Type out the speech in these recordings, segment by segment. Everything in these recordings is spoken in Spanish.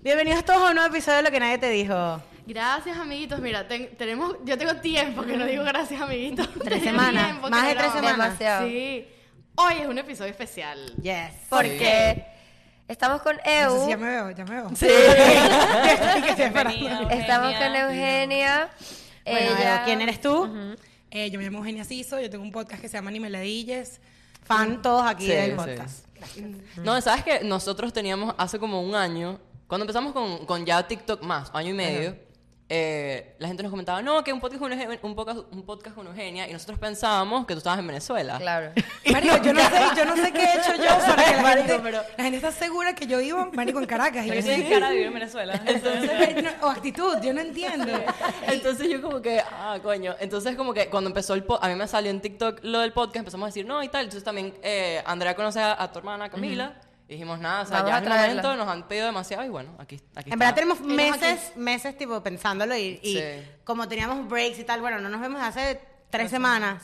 Bienvenidos todos a un nuevo episodio de Lo que nadie te dijo. Gracias, amiguitos. Mira, ten- tenemos, yo tengo tiempo que no digo gracias, amiguitos. Tres Tengo semanas. tiempo que Más de no tres grabamos. semanas. Demasiado. Sí. Hoy es un episodio especial. Yes. Porque estamos con Eu. No sé si Pues ya me veo, ya me veo. Uh. Sí. Estoy que estoy esperando. Estamos con Eugenia. Bueno, Ella- Evo, ¿quién eres tú? Eh, yo me llamo Eugenia Ciso, yo tengo un podcast que se llama Anime Ladillas. Fan todos aquí Sí, del sí. podcast. No, ¿sabes que Nosotros teníamos hace como un año, cuando empezamos con, con ya TikTok más, año y medio, eh, la gente nos comentaba, no, que un podcast, con Euge- un, podcast, un podcast con Eugenia, y nosotros pensábamos que tú estabas en Venezuela. Claro. Marico, yo no sé, yo no sé qué he hecho yo para que la, gente, la gente está segura que yo vivo, marico, en Caracas. Y yo no sé- de vivir en Venezuela. entonces, no, o actitud, yo no entiendo. Entonces yo como que, ah, coño. Entonces como que cuando empezó el podcast, a mí me salió en TikTok lo del podcast, empezamos a decir, no, y tal. Entonces también eh, Andrea conoce a, a tu hermana Camila. Y dijimos, nada, o sea, Vamos ya a es el traerla. momento, nos han pedido demasiado y bueno, aquí, aquí En verdad está. tenemos Ellos aquí. meses, meses tipo pensándolo y, y Sí. como teníamos breaks y tal, bueno, no nos vemos hace tres semanas,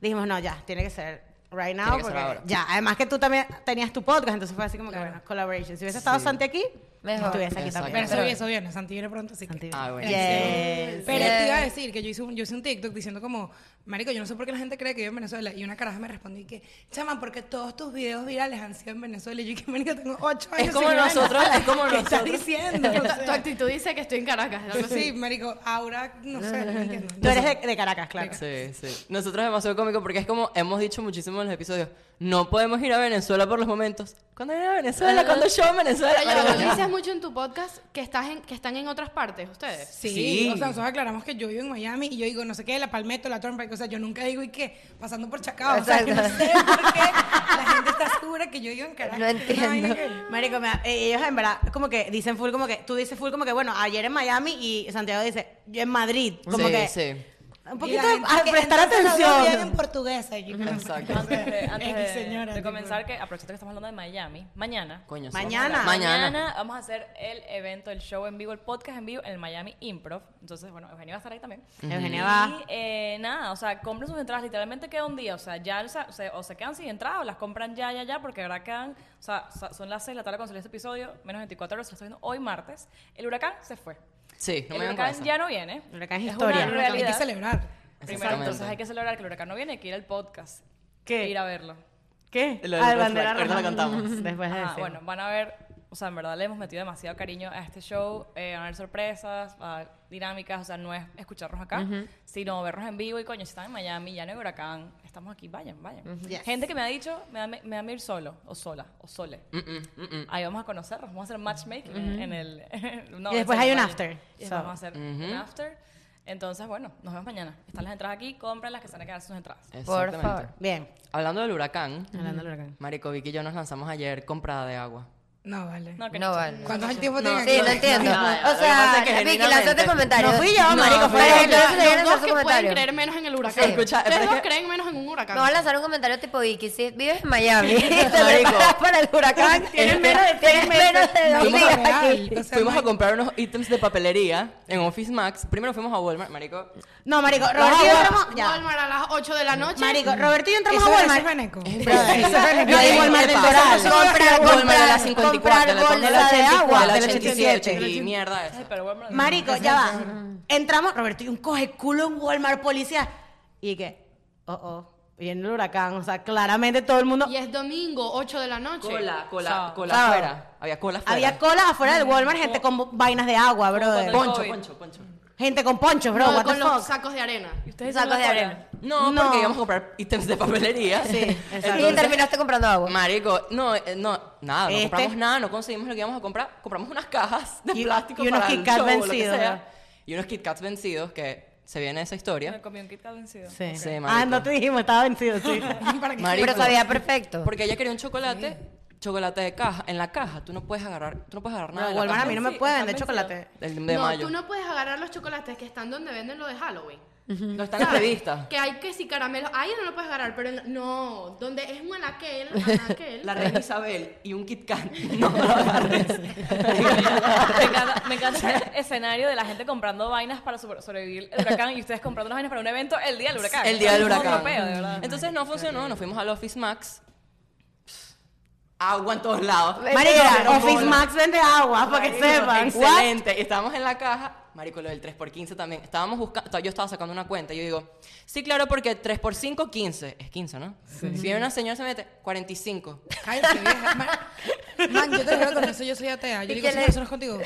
dijimos, no, ya, tiene que ser right now, Tiene que ser porque ahora. ya, además que tú también tenías tu podcast, entonces fue así como que, bueno, collaboration. Si hubiese estado Santi aquí, Mejor. estuviese aquí Exacto. también. Pero eso Pero- viene, eso viene, Santi viene pronto, así Santi viene. que... Ah, bueno. Yes. Pero Yes. te iba a decir que yo hice, un, yo hice un TikTok diciendo como, marico, yo no sé por qué la gente cree que vivo en Venezuela. Y una caraja me respondió y que, chama, porque todos tus videos virales han sido en Venezuela. Y yo que, marico, tengo ocho años Es como sin ver a nosotros, Venezuela. es como ¿Qué estás nosotros. diciendo? Tu, O sea, tu actitud dice que estoy en Caracas. algo así. Sí, marico, ahora, no sé, no entiendo. Tú eres de, de Caracas, claro. Sí, sí. Nosotros es demasiado cómico porque es como hemos dicho muchísimo en los episodios, no podemos ir a Venezuela por los momentos. ¿Cuándo viene a Venezuela? ¿Cuándo yo a Venezuela? Pero ya, Ah. Marico, tú ya. dices mucho en tu podcast que, estás en, que están en otras partes ustedes. Sí, Sí. o sea, nosotros aclaramos que yo vivo en Miami y yo digo, no sé qué, la palmetto, la trompa, o sea, yo nunca digo, ¿y qué? Pasando por Chacao, o sea, yo no Exacto. sé por qué la gente está segura que yo vivo en Caracas. No entiendo. Ay, que- Marico, me da- eh, ellos en verdad como que dicen full como que, tú dices full como que, bueno, ayer en Miami y Santiago dice, yo en Madrid, como sí, que... sí. Un Y la poquito gente a que- prestar entonces los dos vienen atención. portuguesa. yo- Exacto. Antes de, antes pues, X de- señora, de tipo. comenzar, que aprovechando que estamos hablando de Miami, mañana. Coño, sí. Mañana. Mañana. vamos a hacer el evento, el show en vivo, el podcast en vivo en el Miami Improv. Entonces, bueno, Eugenia va a estar ahí también. Mm. Eugenia va. Y eh, nada, o sea, compren sus entradas, literalmente queda un día, o sea, ya o sea, o se, o se quedan sin entradas o las compran ya, ya, ya, porque ahora quedan, o sea, sa- son las 6 de la tarde cuando salió este episodio, menos 24 horas, se lo estoy viendo hoy martes. El huracán se fue. Sí, no el me vengan con huracán esa. ya no viene. El huracán es una historia. El Hay que realidad. celebrar. Primero, entonces Exactamente. hay que celebrar que el huracán no viene, hay que ir al podcast. ¿Qué? Ir a verlo. ¿Qué? Lo del Ah, red bandera flag, roja. ahorita la cantamos. Después de Ajá, eso. Ah, bueno, van a ver, o sea, en verdad le hemos metido demasiado cariño a este show, eh, van a haber sorpresas, va a haber dinámicas, o sea, no es escucharnos acá, sino vernos en vivo y coño, si están en Miami, ya no hay huracán, estamos aquí, vayan, vayan. Yes. Gente que me ha dicho, me da, me, da miedo ir solo, o sola, o sole. Mm, mm, mm, mm. Ahí vamos a conocernos, vamos a hacer matchmaking en- en el... no, Y en después serio, hay un vayan. after, Y después so. vamos a hacer un after. Entonces, bueno, nos vemos mañana. Están las entradas aquí, cómprenlas que se van a quedar sus entradas. Por Exactamente. favor. Bien. Hablando del huracán, Hablando del huracán. Marico Vicky y yo nos lanzamos ayer comprada de agua. No, vale. No, que No no. vale. ¿Cuántos tiempo tienen Sí, aquí? no entiendo. nada, O lo que pasa sea, es que Vicky, genuinamente- lánzate comentarios. No fui yo, marico, No, fue para ella. que Pero ustedes los dejen dos que hacer su pueden comentario. creer menos en el huracán. Sí. Escucha, pero Ustedes es dos que- creen menos en un huracán. Me voy a lanzar un comentario tipo Vicky, si vives en Miami, te Marico. preparas para el huracán, Tienes menos de tres tienes menos de dos Marico, días real, aquí. o sea, fuimos no a comprar unos ítems de papelería en Office Max. Primero fuimos a Walmart, Marico. No, marico, Roberto y yo Roberto, entramos... Ya. Walmart a las 8 de la noche. Marico, Roberto y yo entramos Eso a es- eso es Walmart. veneco. Yo digo Walmart del Doral. Comprar, Walmart de la comprar, 54, comprar de bolsa de agua. la Del 87, 87. y mierda esa. Ay, pero bueno, Marico, ya va. Entramos, Roberto y un coge culo en Walmart, policía. Y que, oh, oh, viene el huracán. O sea, claramente todo el mundo... Y es domingo, 8 de la noche. Cola, cola, Sábado. cola Sábado. afuera. Había cola afuera. Había colas afuera del Walmart, gente con vainas de agua, brother. cuando- poncho, COVID. poncho, poncho. Gente con ponchos, bro, No, what the con los fuck. sacos de arena. ¿Y ustedes Sacos hicieron la de cola? arena. No, No. porque íbamos a comprar ítems de papelería. Sí, exacto. Y Entonces, terminaste comprando agua. Marico, no, eh, no, nada, Este. no compramos nada, no conseguimos lo que íbamos a comprar. Compramos unas cajas de Y- plástico y unos para el Kit Kat show, lo que vencidos, sea. ¿verdad? Y unos Kit Kats vencidos, que se viene esa historia. Me comí un Kit Kat vencido. Sí. Sí, ah, marico. no te dijimos, estaba vencido, sí. Para que- Marico. Pero sabía perfecto. Porque ella quería un chocolate, chocolate de caja. En la caja tú no puedes agarrar, tú no puedes agarrar nada. No, de la Walmart a caja. mí no me Sí, puede están vender chocolate. El de no, mayo. tú no puedes agarrar los chocolates que están donde venden lo de Halloween. No están las revistas. Que hay que si caramelos. Ahí no lo puedes agarrar, pero en- no. Donde es un anaquel, anaquel. La reina Isabel y un Kit Kat. No lo agarres. me encanta, me encanta este escenario de la gente comprando vainas para sobre- sobrevivir el huracán y ustedes comprando unas vainas para un evento el día del huracán. El día del Es un huracán. europeo, de verdad. Entonces no funcionó, nos fuimos al Office Max. agua en todos lados. Ve- Marica, Pero Office bola. Max vende agua, para que Marico, sepan. Excelente. Y estábamos en la caja, marico, lo del 3x15 también. Estábamos buscando, yo estaba sacando una cuenta y yo digo, sí, claro, porque 3x5, 15. Es 15, ¿no? Si viene una señora, se mete 45. Cállate, vieja. Man, man, yo te lo juro con eso, yo soy atea. Yo ¿Y digo, quién señor, le- eso no es contigo.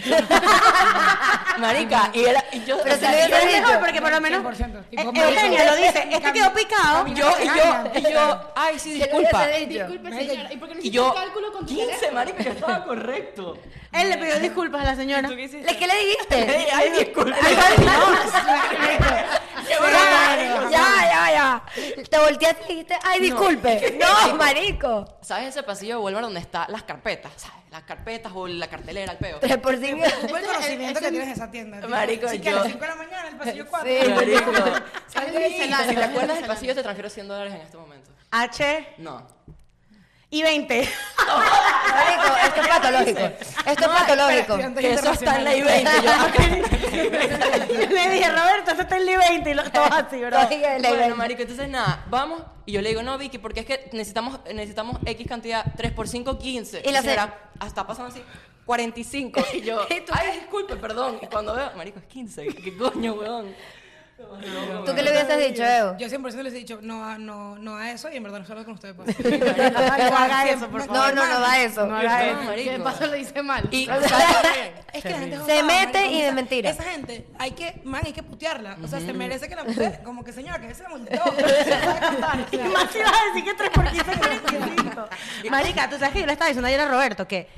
Marica, y, era, y yo... Pero o si sea, le Pero es dicho. mejor porque por lo menos 100%. Y Eh, vos, marico, Eugenia lo dice, este cambia- quedó picado. yo, y yo, y yo, ay, sí, ¿Qué le hubiese disculpa. dicho? Disculpe, señora. ¿Y por qué no Y hiciste yo, el cálculo con tu 15, teléfono? marica, yo estaba correcto. Él le pidió disculpas a la señora. ¿Tú qué hiciste? ¿Le- ¿Qué le dijiste? Ey, Ay, disculpa. Qué Ya, broma. ya, ya. Te volteaste y dijiste, ay, disculpe. No, marico. ¿Sabes ese pasillo de Walmart donde están las carpetas? ¿Sabes? Las carpetas o la cartelera, el peo. Tres por cinco. Todo el conocimiento que tienes de esa tienda. tío. Marico, Sí, que a las yo- 5 de la mañana, el pasillo 4. Sí, marico. Sal de Si te Venezuela. acuerdas del pasillo, te transfiero 100 dólares en este momento. H No. y 20. Marico, esto es patológico. Esto es patológico. espera, Que eso está en la I-20. le dije, Roberto, eso está en Ley 20 y lo todo así, bro. Estoy en la yo- Bueno, iglesia. marico, entonces nada, vamos. Y yo le digo, no, Vicky, porque es que necesitamos, necesitamos X cantidad, 3 por 5, 15. Y la señora está pasando así, 45. Y yo, ay, disculpe, perdón. Y cuando veo, marico, es 15. ¿Qué coño, weón? Eh, ¿Tú qué le hubieses dicho, Evo? Yo 100% les he dicho no a, no, no a eso y en verdad no solo con ustedes. pues. No haga eso, por No, favor. no, no va eso. No haga No, eso. marico. Que de paso lo hice mal. Y, Es que la gente es Se osada, mete marico, y o sea, de mentira. Esa gente, hay que, man, hay que putearla. O sea, se merece que la puteen. Como que, señora, que se la multó. Y más si vas a decir que 3 por 15 es 45. Marica, tú sabes que yo le estaba diciendo ayer a Roberto que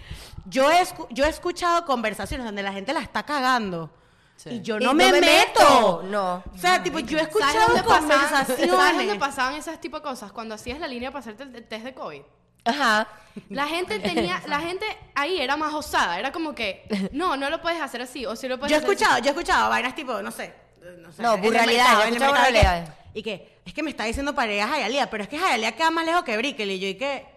yo he, escu- yo he escuchado conversaciones donde la gente la está cagando. Sí. Y yo Y no, me, meto. No. O sea, tipo, yo he ¿Sabes escuchado dónde pasaban- ¿Sabes dónde conversaciones. pasaban esas tipo de cosas? Cuando hacías la línea para hacerte el el test de COVID. Ajá. La gente tenía, la gente ahí era más osada, era como que, no, no lo puedes hacer así, o si lo puedes Yo he hacer así. escuchado, yo he escuchado vainas tipo, no sé. eh, No, sé, No, en el burralidades, mercado, he en el escuchado mercado, y que- burralidades. Y que, es que me está diciendo pareja Jayalía, pero es que Jayalía queda más lejos que Brickell. Y yo, y que.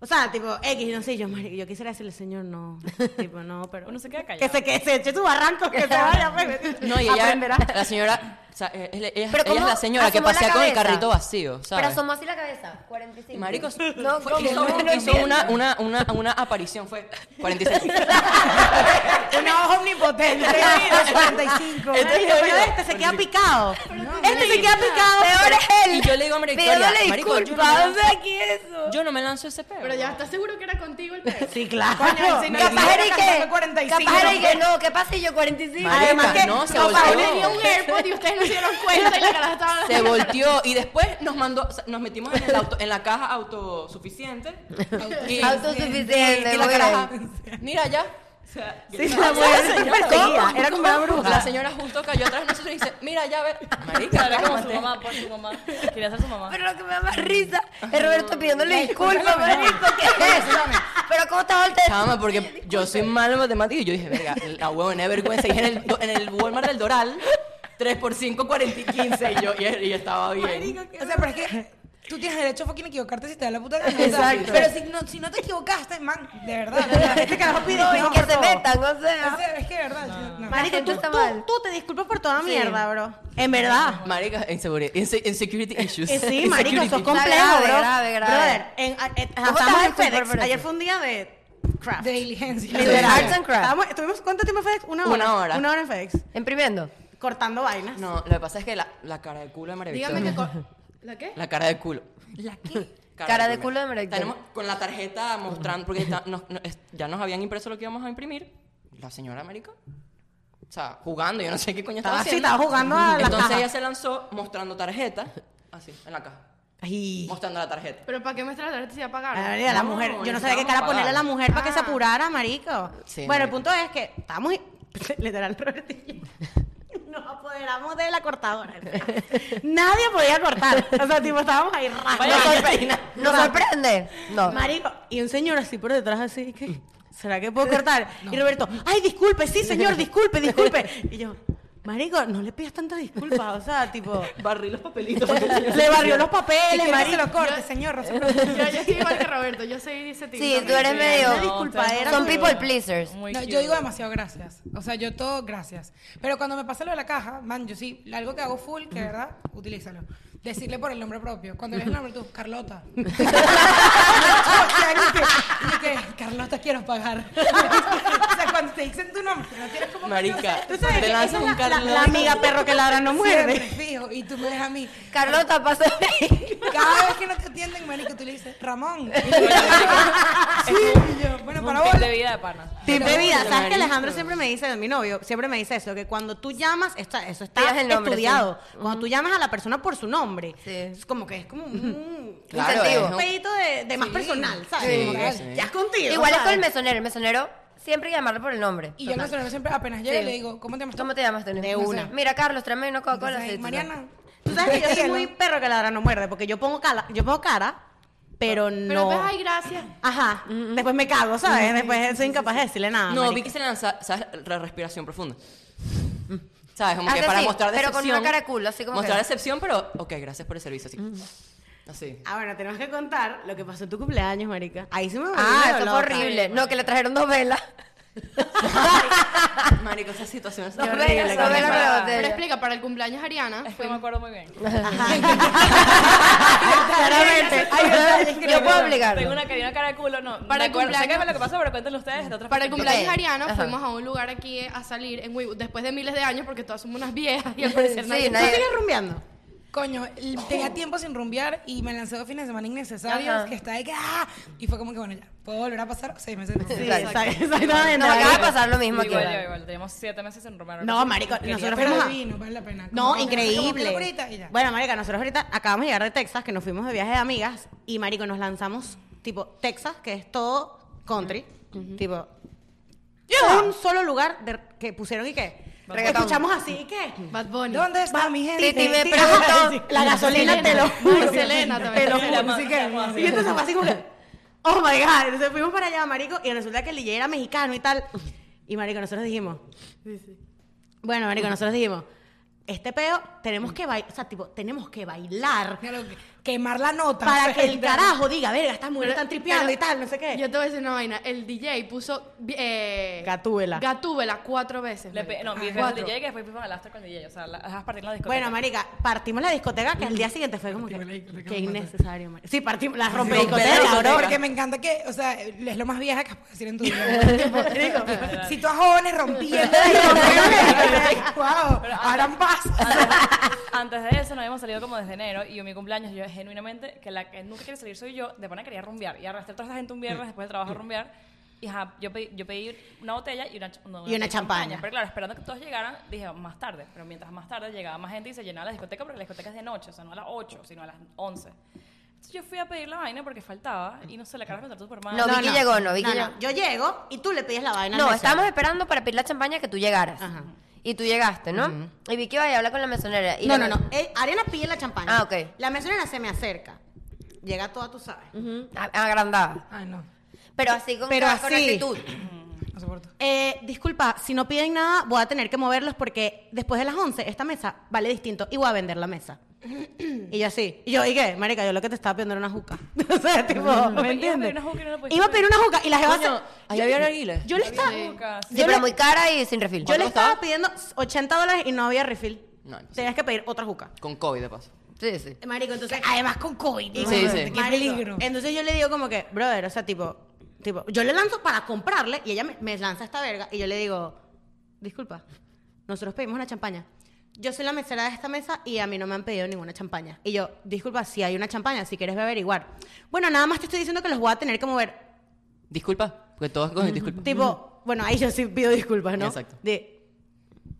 O sea, tipo, X, no sé, yo, marico, yo quisiera decirle, señor, no. tipo, no, pero. Uno se queda Que callado. se, que se eche su barranco, que se vaya, pues. no, y ella, Aprenderá. la señora, o sea, eh, ella, ella- Pero ella es ¿cómo la señora que asomó la pasea con el cabeza? carrito vacío, ¿sabes? Pero asomó así la cabeza. 45. Marico, No, fue- ¿cómo? hizo, No, hizo entiendo. una, una, una, una aparición, fue 45. Una hoja omnipotente. 45. Entonces, marico, pero yo- este se queda picado. Este se queda picado. Peor es él. Y yo le digo a María Victoria, Pidiéndole marico, yo no disculpas. me O sea, ¿qué es eso? Yo no me lanzo ese pedo. Pero ya estás seguro que era contigo el test. Sí, claro. Coño, si no- Capaz Yo era y era que. cantante 45, Capaz era y que pero- no. ¿Qué pasa y yo 45? Marica, Además que- no, se no, volteó. Paola le dio un AirPod y ustedes no se dieron cuenta y la cara estaba... Se volteó y después nos mandó, o sea, nos metimos en, el auto- en la caja autosuficiente. Y, Autosuficiente, muy y la caraja, bien. mira ya. Sí, la mujer siempre seguía, Era como una bruja. La señora justo cayó atrás de nosotros y dice, mira ya, ve. Marica, Era como su cálmate. mamá, por su mamá. Quería ser su mamá. Pero lo que me da más risa es Roberto pidiéndole disculpas, marico, ¿qué es eso? Pero ¿cómo te volteas? Chama, porque yo soy malo en matemáticas y yo dije, venga, la huevo, en vergüenza. Y en el, do- en el Walmart del Doral, 3 por 5, 40 y 15. Y yo, y, y yo estaba bien. O sea, pero es que tú tienes derecho a fucking equivocarte si te da la puta gana. o sea, Exacto. Pero si no, si no te equivocaste, man, de verdad. Este carajo pide No, y disculpas que por se todo. metan, o O sea. sea, es que de verdad. yo- no. Marico, gente tú, está tú- mal. tú te disculpas por toda mierda, bro. En verdad. Marica, inseguridad, inse- insecurity issues. Eh, Sí, marico, Insecurity sos complejo, Grave, bro. grave, grave. Brother, en, a- eh, ¿Cómo te estábamos vas a en disculpar FedEx. por Ayer eso? fue un día de craft. De diligencia. Literal. Arts and craft. Estábamos- ¿Tuvimos cuánto tiempo en FedEx? Una hora. Una hora. Una hora en FedEx. Imprimiendo. Cortando vainas. No, lo que pasa es que la, la cara de culo de María Dígame Victoria. que... co- ¿La qué? La cara de culo. ¿La qué? Cara de culo de María Victoria. Tenemos con la tarjeta mostrando, porque está- nos- no- es- ya nos habían impreso lo que íbamos a imprimir. La señora América. O sea, jugando, yo no sé qué coño estaba Estaba así, haciendo. estaba jugando a la Entonces caja. ella se lanzó mostrando tarjeta, así, en la caja. Ay. Mostrando la tarjeta. ¿Pero para qué me traes la tarjeta si ya pagaron? La verdad, la No, mujer. Yo no sabía qué necesitábamos cara ponerle a la pagar. mujer para que se apurara, marico. Sí, bueno, el marico. punto es que estábamos literal Roberto y yo, Nos apoderamos de la cortadora. Nadie podía cortar. O sea, tipo, estábamos ahí Vaya, rasgando. Nos vaya, sorpre- vaya. nos sorprende. No. Marico, y un señor así por detrás así que ¿será que puedo cortar? Y Roberto, "Ay, disculpe, sí, señor, disculpe, disculpe." Y yo, Marico, no le pidas tantas disculpas, o sea, tipo, Barrí los papelitos. le barrió los Si papeles, quiere que marico. se lo corte, señor. no se preocupe. Yo, yo soy igual que Roberto, yo soy de ese tipo. Sí, tú eres medio. Una disculpadera son con- people pleasers. Muy No, yo cute. digo demasiado gracias. O sea, yo todo gracias. Pero cuando me pasa lo de la caja, man, yo sí, algo que hago full, que de verdad, utilízalo. Decirle por el nombre propio. Cuando lees el nombre tú, Carlota. Y yo, que, Carlota, quiero pagar. o sea, cuando te dicen tu nombre, no tienes como... Marica, Tú sabes, te que esa lanzas un es la, la- carlón. la amiga perro que ladra no Siempre, muerde. fijo. Y tú me dejas a mí. Carlota, pasa. Cada vez que no te atienden, marico, tú le dices, Ramón. Y yo, sí. Y yo, bueno, para vos. Tip de vida de pana. Tip de vida, ¿sabes que marico. Alejandro siempre me dice, mi novio, siempre me dice eso, que cuando tú llamas, está, eso está Digas el nombre, estudiado, cuando tú llamas a la persona por su nombre, Sí. es como que es como un, Claro, Incentivo. es, un ¿no? pedito de, de más personal, ¿sabes? Sí, Como que sí. Ya es contigo. Igual es ¿sabes? con el mesonero. El mesonero siempre hay que llamarlo por el nombre. Y yo al mesonero siempre apenas llego y le digo, ¿cómo te llamas tú? ¿Cómo te llamas, Tony? De No sé. una. Mira, Carlos, tráeme una Coca-Cola. Entonces, sí, tú Mariana. Tú sabes que yo soy Dígalo. muy perro que ladra no muerde, porque yo pongo cara, yo pongo cara, pero no. Pero ves, ay, gracias. Ajá, después me cago, ¿sabes? Después soy incapaz de decirle nada. No, Ah, marica. vi que se lanza, ¿sabes? La respiración profunda. ¿Sabes? Como Hace que para así, mostrar pero decepción. con una cara cool, así como que- Mostrar decepción, pero, ok, gracias por el servicio, así. Así. Ah, bueno, tenemos que contar lo que pasó en tu cumpleaños, marica. Ahí sí me volví Ah, medio eso fue loca. horrible. No, que le trajeron dos velas. Marico, esas situaciones. Dos son velas, horribles, dos coño. velas con la Pero botella. explica, para el cumpleaños de Ariana, Es que no me fuimos- acuerdo muy bien. Ajá. Claramente. Ay, verdad, es que- Yo puedo obligarlo. Tengo una que tiene una cara de culo, no. Para Para el el cumpleaños. Sé que cumpleaños- es lo que pasó, pero cuéntenlo ustedes de otra Para el perspectiva. cumpleaños de Ariana Ajá. fuimos a un lugar aquí eh, a salir en Weibo, después de miles de años porque todas somos unas viejas y al parecer Sí, ¿Tú nadie- nadie... sigues rumbeando? Coño, l- Oh. tenía tiempo sin rumbear y me lancé dos fines de semana innecesarios Ajá. que está de que ¡ah! Y fue como que, bueno, ya, puedo volver a pasar seis meses. Sí, de Exacto. exact- exactamente. No, me acaba de pasar lo mismo aquí. Igual, yo, igual. Teníamos siete meses en Romero. No, marico, nosotros fuimos Pero a- vino, vale la pena. Como No, que- como que increíble. ahorita y ya. Bueno, marica, nosotros ahorita acabamos de llegar de Texas, que nos fuimos de viaje de amigas, y marico, nos lanzamos, tipo, Texas, que es todo country, tipo, un solo lugar de- que pusieron y que Reggaetón. escuchamos así y que Bad Bunny. ¿Dónde está mi gente? Titi me Sí, preguntó. la gasolina te lo juro. Selena también. Te lo Selena, juro. sí que- Y entonces fue así como que, oh my god. Entonces fuimos para allá, marico, y resulta que el DJ era mexicano y tal. Y marico, nosotros dijimos, bueno, marico, nosotros dijimos, este pedo tenemos que bailar, o sea, tipo, tenemos que bailar claro, Quemar la nota. para que el carajo diga, verga, estas mujeres están tripeando pero- y tal, no sé qué. Yo te voy a decir una vaina. El DJ puso. Eh, Gatúbela. Gatúbela cuatro veces. Le marico. pe- no, mi fue el Ah, cuatro. DJ que después fuimos al after con el DJ. O sea, la- dejas partir la discoteca. Bueno, marica, partimos la discoteca que al día siguiente fue como que, Partimos la discoteca, qué me mata. innecesario, marica. Sí, partimos la rompe discoteca. discoteca, bro. Porque me encanta que, o sea, es lo más vieja que puedes decir en tu vida. si tú a jóvenes rompiendo. wow, harán paz. Antes, antes de eso, nos habíamos salido como desde enero. Y yo, mi cumpleaños, yo genuinamente, que la que nunca quiere salir soy yo, de pana quería rumbear. Y arrastré a toda esta gente un viernes después del trabajo a rumbear. Y ajá, yo pedí, yo pedí una botella y una, ch- no, Y una champaña. Pero claro, esperando que todos llegaran, dije más tarde. Pero mientras más tarde llegaba más gente y se llenaba la discoteca, porque la discoteca es de noche, o sea, no a las 8, sino a las 11. Entonces yo fui a pedir la vaina porque faltaba. Y no sé, la cara me trató súper mal. No, Vicky llegó, no, Vicky llegó. Yo llego y tú le pides la vaina. al No, mesero. estábamos esperando para pedir la champaña que tú llegaras. Y tú llegaste, ¿no? Y Vicky va a hablar con la mesonera. Y No, la- no, no. Eh, Ariana pide la champaña. Ah, ok. La mesonera se me acerca. Llega toda, tú sabes. Ujú, Mm. a- Agrandada. Ay, no, Pero así con, Pero con así. actitud. no soporto. Eh, disculpa, si no piden nada, voy a tener que moverlos porque después de las 11 esta mesa vale distinto y voy a vender la mesa. y yo así. Y yo, ¿y qué? Marica, yo lo que te estaba pidiendo era una juca. o sea, tipo, ¿me iba a pedir entiendes? una juca y no la pudiste Iba a pedir una juca y la jeva Coño, se- ahí había narguiles. Yo le estaba... Lucas. Sí, Yo pero le- muy cara y sin refil. Yo le costaba? estaba pidiendo 80 dólares y no había refill. No, imposible. Tenías que pedir otra juca. Con COVID, de paso. Sí, sí. Marico, entonces, además con COVID. Sí, marico, sí. Qué peligro. Entonces yo le digo como que, brother, o sea, tipo, tipo, yo le lanzo para comprarle y ella me, me lanza esta verga y yo le digo, disculpa, nosotros pedimos una champaña. Yo soy la mesera de esta mesa y a mí no me han pedido ninguna champaña. Y yo, disculpa, si hay una champaña, si quieres ve a averiguar. Bueno, nada más te estoy diciendo que los voy a tener que mover. Disculpa, porque todo es con disculpa. Tipo, bueno, ahí yo sí pido disculpas, ¿no? Exacto. De,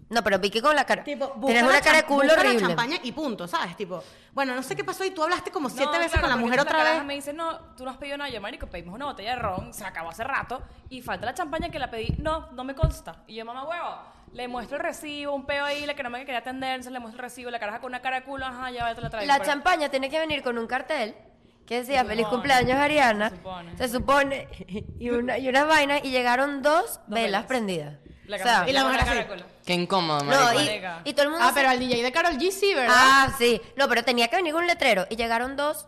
No, pero Vicky con la cara. Tipo, busca Tienes la una cham- cara de culo busca la horrible. champaña y punto, ¿sabes? Tipo, bueno, no sé qué pasó y tú hablaste como siete No, veces claro, con la porque mujer entonces otra caraja vez. me dice, no, tú no has pedido nada. Yo, marico, pedimos una botella de ron, se acabó hace rato, y falta la champaña que la pedí. No, no me consta. Y yo, mamá, huevo, le muestro el recibo, un peo ahí, la que no me quería atender, entonces le muestro el recibo, la caraja con una cara de culo, ajá, ya, te la pues". traigo. La Pero- champaña tiene que venir con un cartel que decía Se feliz supone, cumpleaños Ariana. se supone. Se supone. Y, una, y unas vainas. Y llegaron dos, velas velas. prendidas. La O sea, caracola. y la mujer así. caracola. Qué incómodo, No, marico. y, Marica. y todo el mundo. Ah, se- pero al DJ de Carol G sí, ¿verdad? Ah, sí. No, pero tenía que venir con un letrero. Y llegaron dos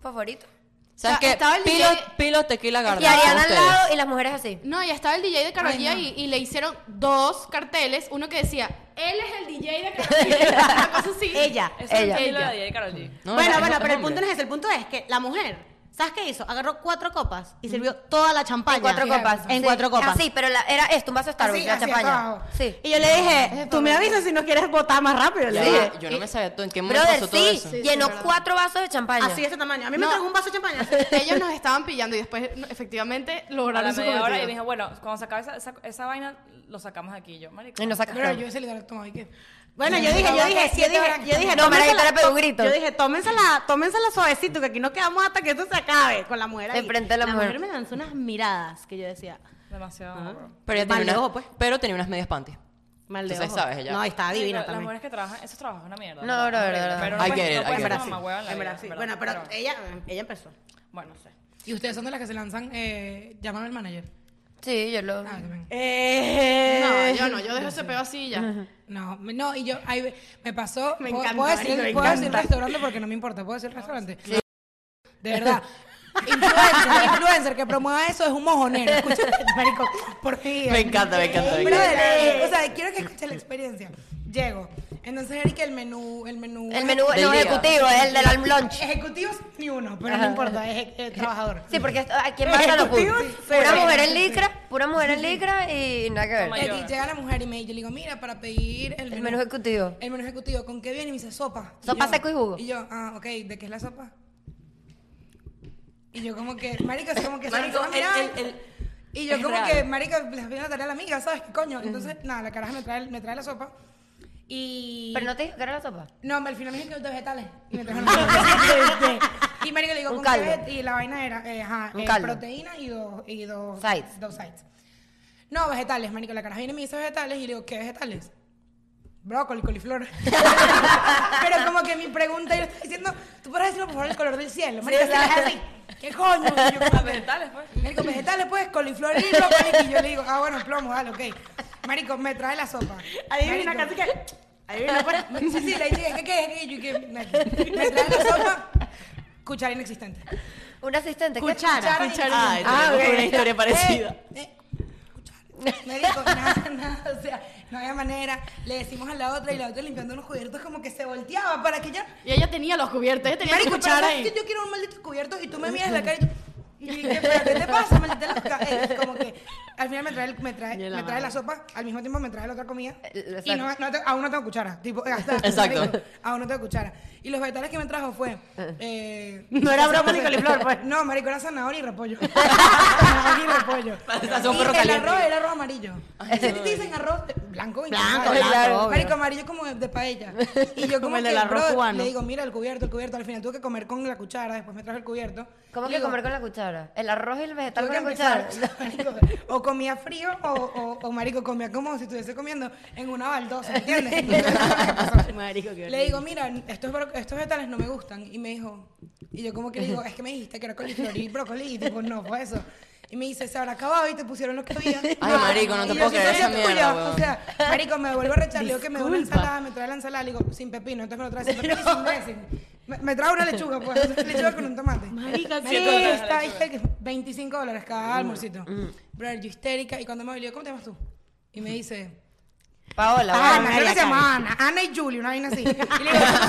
favoritos. ¿Sabes o sea, qué? estaba el Pilo, DJ pilo tequila Y garda. Ariana al lado y las mujeres así. No, y estaba el DJ de Karol G ahí y le hicieron dos carteles, uno que decía, él es el DJ de Karol G, una cosa así. Ella. Eso es Ella. el estilo Ella. de DJ Karol G. bueno, bueno, pero el punto no es ese. El punto es que la mujer, ¿sabes qué hizo? Agarró cuatro copas y sirvió toda la champaña. En cuatro copas. En Sí. cuatro copas. Así, pero la- era esto, un vaso de Starbucks, Así, la hacia champaña. abajo. Sí. Y yo le dije, tú me avisas si no quieres votar más rápido. Le dije. Yo no me sabía todo. ¿En qué momento Brother, pasó todo sí, eso? llenó cuatro vasos de champaña. Así de ese tamaño. A mí me No. trajo un vaso de champaña. así. Ellos nos estaban pillando y después no, efectivamente A la lograron su media hora y cometido. me dijo, bueno, cuando se acabe esa, esa, esa vaina, lo sacamos de aquí yo, marico. Y nos sacaron. Pero yo ese literal tomaba y qué. Bueno, yo dije, yo Aguanta, dije, yo siete dije, horas. yo dije, No, Marica, tómensela- le pegó un tó- grito. Yo dije, tómensela, tómensela suavecito, que aquí no quedamos hasta que esto se acabe con la mujer ahí. Enfrente de la mujer. me lanzó unas miradas que yo decía, Demasiado. bro. Pero ella Mal tenía, de unas, ojo, pues. pero tenía unas medias panties. mal de Entonces, ojo. ¿sabes? Ella- No, y estaba Marico, divina Las Ah, también. mujeres que trabajan, esos trabajos es una mierda. No, ¿verdad? bro, Horrible. bro, bro. Pero no I puedes- get it, no I puedes get ser it. una mamahueva en la En vida, verdad, sí. en verdad. Bueno, pero ella, ella empezó. Bueno, sí. Y ustedes son de las que se lanzan, eh, llaman al manager. Sí, yo lo. Ah, también. Eh, No, yo no, yo dejo ese peo así y ya. No, me- no, y yo, ahí ve- me pasó. Me puedo- encanta, Puedo decir, marico, me puedo decir encanta. restaurante porque no me importa, puedo decir restaurante. De verdad. influencer, influencer que promueva eso es un mojonero. Escúchame, marico, por eh. fin. Me encanta, me encanta. me Pero encanta. de- eh, o sea, quiero que escuche la experiencia. Llego. Entonces, Erika, el menú, el menú. El menú, Del no, día. ejecutivo, es el del lunch. Ejecutivos ni uno, pero no importa, es es trabajador. Sí, porque esto- aquí en Barça lo puso. Ejecutivos, Pura cero. mujer en licra, pura mujer en licra y nada que Toma ver. ya. Y Mayor. llega la mujer y me yo le digo, mira, para pedir el menú, El menú ejecutivo. el menú ejecutivo, ¿con qué viene? Y me dice, sopa. Y Sopa, yo- seco y jugo. Y yo, ah, ok, ¿de qué es la sopa? Y yo como que, marica, así como que... se Marico, lanzó a mirar. el- el- el- y yo es como real. que, marica, les voy a tarea a la amiga, ¿sabes qué coño? Entonces, nada, la caraja me trae, me trae la sopa y... Pero no te dijo que era la sopa. No, al final me dijeron que de vegetales. Y me trajeron vegetales. Y marico, le digo, Un ¿con caldo. qué veget- Y la vaina era, eh, ajá, Un eh, caldo. proteína y dos... Y dos Sides. Dos sides. No, vegetales, marico. La caraja viene y me dice vegetales. Y le digo, ¿qué vegetales? Brócoli, coliflor. Pero como que mi pregunta, yo le estaba diciendo, ¿tú podrás decirlo, por favor, el color del cielo? Marico, se la deja así. ¿Qué coño? Y yo, como que- Vegetales, pues. Marico, vegetales, pues, coliflor y brócoli. Y yo le digo, ah, bueno, plomo, dale, ok. Marico, me trae la sopa. Adivina, Marico. casi que... Adivina, pues. Me- Sí, sí, le dije, ¿qué, qué, qué? Y yo, ¿qué? Me me trae la sopa, cuchara inexistente. Un asistente. ¿qué? Cuchara. Cuchara. Ay, Ah, tenemos ok. una historia parecida. Eh, eh, cuchara. Me dijo, nada, nada, o sea, no había manera. Le decimos a la otra y la otra limpiando unos cubiertos como que se volteaba para que ya... Y ella tenía los cubiertos, ella tenía Marico, la pero cuchara ¿sabes ahí. que yo quiero un maldito cubierto y tú me miras la cara y tú... y yo dije, ¿pero qué te pasa, maldita loca? Eh, como que al final me trae, el- me trae, Y la me trae la madre. sopa, al mismo tiempo me trae la otra comida. Eh, Y no, no te- aún no tengo cuchara. Tipo, eh, hasta- hasta- Exacto. marico, aún no tengo cuchara. Y los vegetales que me trajo fue... eh, No era brócoli y coliflor, pues. No, marico, era zanahoria y repollo. zanahoria y repollo. Esa son Y perro el caliente. arroz era arroz amarillo. ¿A ti te dicen arroz blanco? Blanco, Claro. blanco, obvio. Marico, amarillo como de, de paella. Y yo como, Como el que, del arroz bro, cubano. Le digo, mira el cubierto, el cubierto. Al final tuve que comer con la cuchara, después me trajo el cubierto. ¿Cómo Le que digo, comer con la cuchara? ¿El arroz y el vegetal tuve con que la empezar, cuchara? marico, o comía frío o, o, o, marico comía como si estuviese comiendo en una baldosa, ¿entiendes? Entonces, Ah, Marico, qué horrible. le digo, mira, estos, bro- estos vegetales no me gustan. Y me dijo, y yo como que le digo, es que me dijiste que era coliflor y brócoli. Y tipo, no, fue eso. Y me dice, se habrá acabado y te pusieron lo que había. Ay, marico, no te Y puedo yo así, creer esa "Coño, mierda, O weón". sea, marico, me vuelvo a rechazar. Le digo que me da una Disculpa. ensalada, me trae la ensalada. Le digo, sin pepino, entonces me lo trae sin pepino y sin dressing. Me, me trae una lechuga, pues, lechuga con un tomate. Marica, Mm, Me sí. dijo, está histérica. 25 dólares cada almuercito. Brother, yo histérica. Y cuando me volvió, ¿cómo te llamas tú? Y me dice... Paola, Ana, bueno. creo que se llama Ana, Ana y Julie, una vaina así. Y le digo, ¿cómo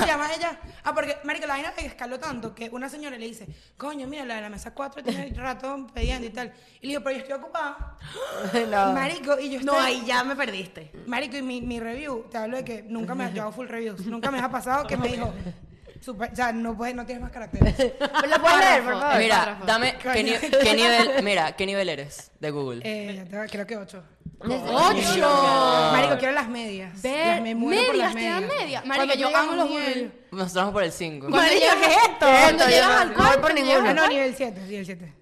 se llama ella? Ah, porque, marico, la vaina escaló tanto que una señora le dice, coño, mira, la de la mesa 4 tiene el ratón pediendo y tal. Y le digo, pero yo estoy ocupada. Marico, y yo estoy... No, ahí ya me perdiste. Marico, y mi, mi review, te hablo de que nunca me ha llevado full reviews. Nunca me ha pasado que me dijo, super, o sea, no, puedes, no tienes más caracteres. ¿Lo puedes leer, por Párrafo. favor? Mira, dame. ¿qué, ni- Coño. qué nivel, mira, ¿qué nivel eres de Google? Eh, te- creo que 8. ¡Ocho! Marico, quiero las medias. Las- Ver, me muero por medias, las te dan medias. medias. Cuando Marico, yo llega amo los Miguel, burritos. Nos tramos por el 5. Cuando llegas, ¿qué es esto? Esto, Cuando yo llegas no- al no voy cuarto, por te ninguno. llegas al Ah, No, cuarto. nivel 7, nivel 7.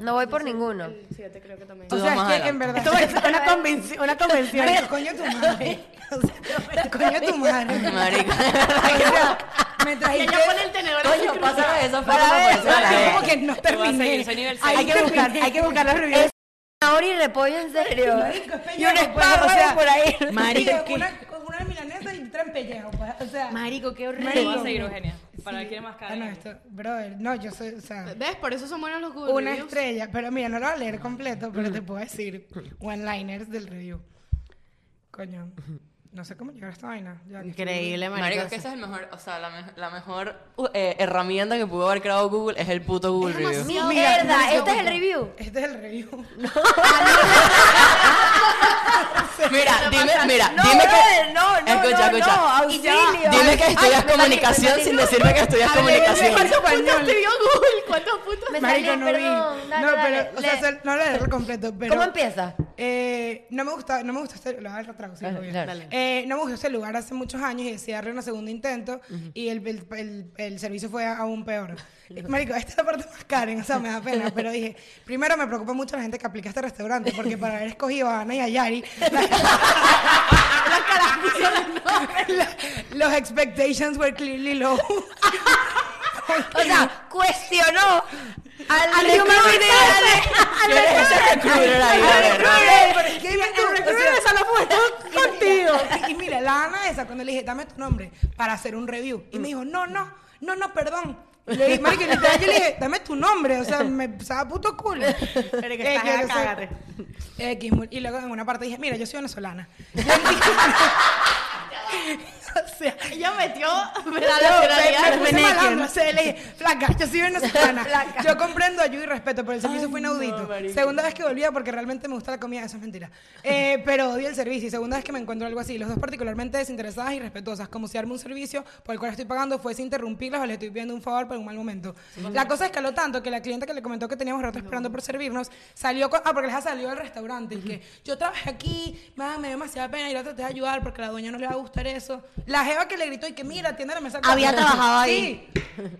No voy por ninguno. Fíjate, creo que también. Tú O dos sea, es más que en adelante. verdad... Esto es una, convenci- una convención. Marico, coño tu madre. O sea, coño tu madre. Marico. O sea, me Ella trajiste. pone el tenedor así Coño, cruzado. pásame esa Para forma ver, por Yo eso. como que no Yo voy a seguir, terminé. Ah, soy nivel Ahí Hay que buscar, hay que buscar las reviews. zanahoria y repollo en serio. Con y un pellejo, pues, o espárrago sea, por ahí. Marico, Sí, con ¿qué? una, con una milanesa y traen pellejo, pues, o sea. Marico, qué horrible. Marico. Voy a seguir, Eugenia. Para que sí. quiera más Ah, no, carne. esto, brother, no, yo soy, o sea, ¿Ves? Por eso son buenos los Google una Reviews. estrella, pero mira, no lo voy a leer completo, pero te puedo decir one-liners del review. Coño, no sé cómo llegar a esta vaina. ya que- Increíble, marico. Marico, es que esa es el mejor, o sea, la, me- la mejor uh, eh, herramienta que pudo haber creado Google es el puto Google Es Review. demasiado- Mierda, demasiado este es el bueno. review. Este es el review. Mira, dime, mira, No, dime que brother, no, no, escucha, no, escucha. no, Dime- auxilio. Dime que Ay, estudias me comunicación salí, sin me salí. decirme que estudias comunicación. español. Te dio Google, ¿cuántos puntos? Me Marico, salió, no vi. perdón. Dale, no, dale, pero, o lee. sea, sol- no lo voy a leer completo, pero... ¿Cómo empieza? Eh, no me gusta, no me gusta este, lo voy a retraducir, Dale, obvio. dale. Eh, no me gustó este lugar hace muchos años y decidí darle un segundo intento y el, el- el- el servicio fue aún peor. Eh, Marico, esta es la parte más Karen, o sea, me da pena, pero dije, primero me preocupa mucho la gente que aplica a este restaurante porque para haber escogido a Ana y a Yari, la- los expectations were clearly low. O sea, cuestionó al Al recruiter, human resources. al- al ¿Quién es ese recruiter ahí? A ver. Pero es que dime tú, o sea, Y mira, la Ana esa, cuando le dije, dame tu nombre para hacer un review. Y me dijo, no, no, no, no, perdón. Y Le dije, marico, y literal, yo le dije, dame tu nombre. O sea, me sabe puto culo. que Eh, estás yo acá, no sé. cágate. X, mu- y luego en una parte dije, mira, yo soy venezolana. Y él dijo, o sea, Ella metió no, me- nacionalidad me puse veneca, malandra, o sea, le dije, flaca, yo soy venezolana. Flaca. Yo comprendo ayuda y respeto, pero el servicio fue inaudito. segunda vez que volvía porque realmente me gusta la comida, eso es mentira. Eh, pero odio el servicio y segunda vez que me encuentro algo así. Los dos particularmente desinteresadas y respetuosas. Como si arme un servicio por el cual estoy pagando fuese interrumpirlas o le estoy pidiendo un favor por un mal momento. La cosa escaló tanto que la clienta que le comentó que teníamos rato esperando por servirnos salió con- Ah, porque les ha salido al restaurante. Y que yo trabajé aquí, más me dio demasiada pena y la traté de ayudar porque a la dueña no le va a gustar eso. La jeva que le gritó y que mira, atiende la mesa Había trabajado Sí. ahí.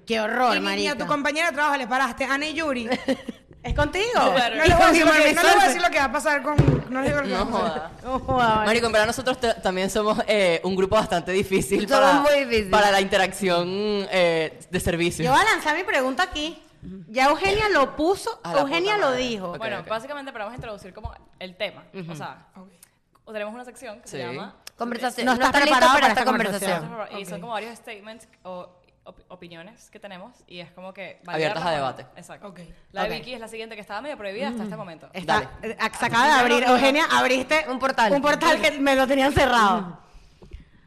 Qué horror, Y ni- ni a marico. tu compañera de trabajo le paraste, Ana y Yuri. No les ¿Es contigo? Claro. voy a decir lo Human que- no les voy a resources. decir lo que va a pasar con. No les digo lo que va No a pasar. joda. No jodas. Marico, en verdad nosotros te- también somos eh, un grupo bastante difícil Somos para, muy difícil. para la interacción eh, de servicio. Yo voy a lanzar mi pregunta aquí. Ya Eugenia lo puso, A la Eugenia puta lo madre. dijo. Ok, Bueno, ok. básicamente pero vamos a introducir como el tema. O sea, Ok. o tenemos una sección que se Sí. llama... Conversación. No No, estás está listo preparado para para esta esta conversación. conversación. Y son como varios statements o op- opiniones que tenemos y es como que... Abiertas a validarlas o no. debate. Exacto. Ok. Mm. La de Ok. Vicky es la siguiente que estaba medio prohibida hasta este momento. Está, Dale. eh, acaba de abrir, Eugenia, abriste Un portal. Un portal que me lo tenían cerrado.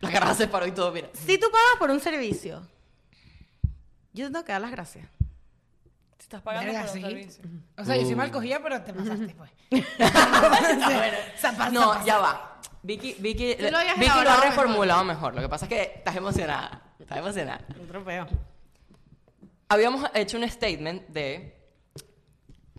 La caraja se paró y todo, mira. Si tú pagas por un servicio, yo te tengo que dar las gracias. Si estás pagando Verga, por un sí. servicio. O sea, yo soy mal cogida, pero te pasaste, pues. Zapa, No, zapa, ya va. Vicky, Vicky, Tú lo habías Vicky lo ha elaborado reformulado mejor. Lo que pasa es que estás emocionada. Estás emocionada. Otro peo. Habíamos hecho un statement de...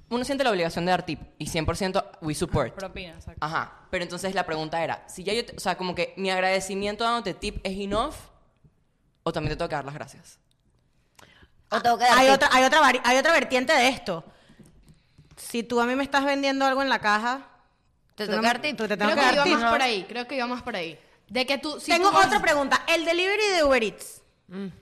Uno siente la obligación de dar tip y 100% we support. Propina, exacto. Ajá, pero entonces la pregunta era, si ya yo, te- o sea, como que mi agradecimiento dándote tip es enough o también te tengo que dar las gracias. O tengo que dar Ah, Hay tip. otra, hay, otra, vari- hay otra vertiente de esto. Si tú a mí me estás vendiendo algo en la caja, Te tú tengo no que dar me- tip. tú te tengo Creo que que dar iba tip. más por ahí, creo que iba más por ahí. De que tú... si Tengo tú vas- Mm. otra pregunta. El delivery de Uber Eats,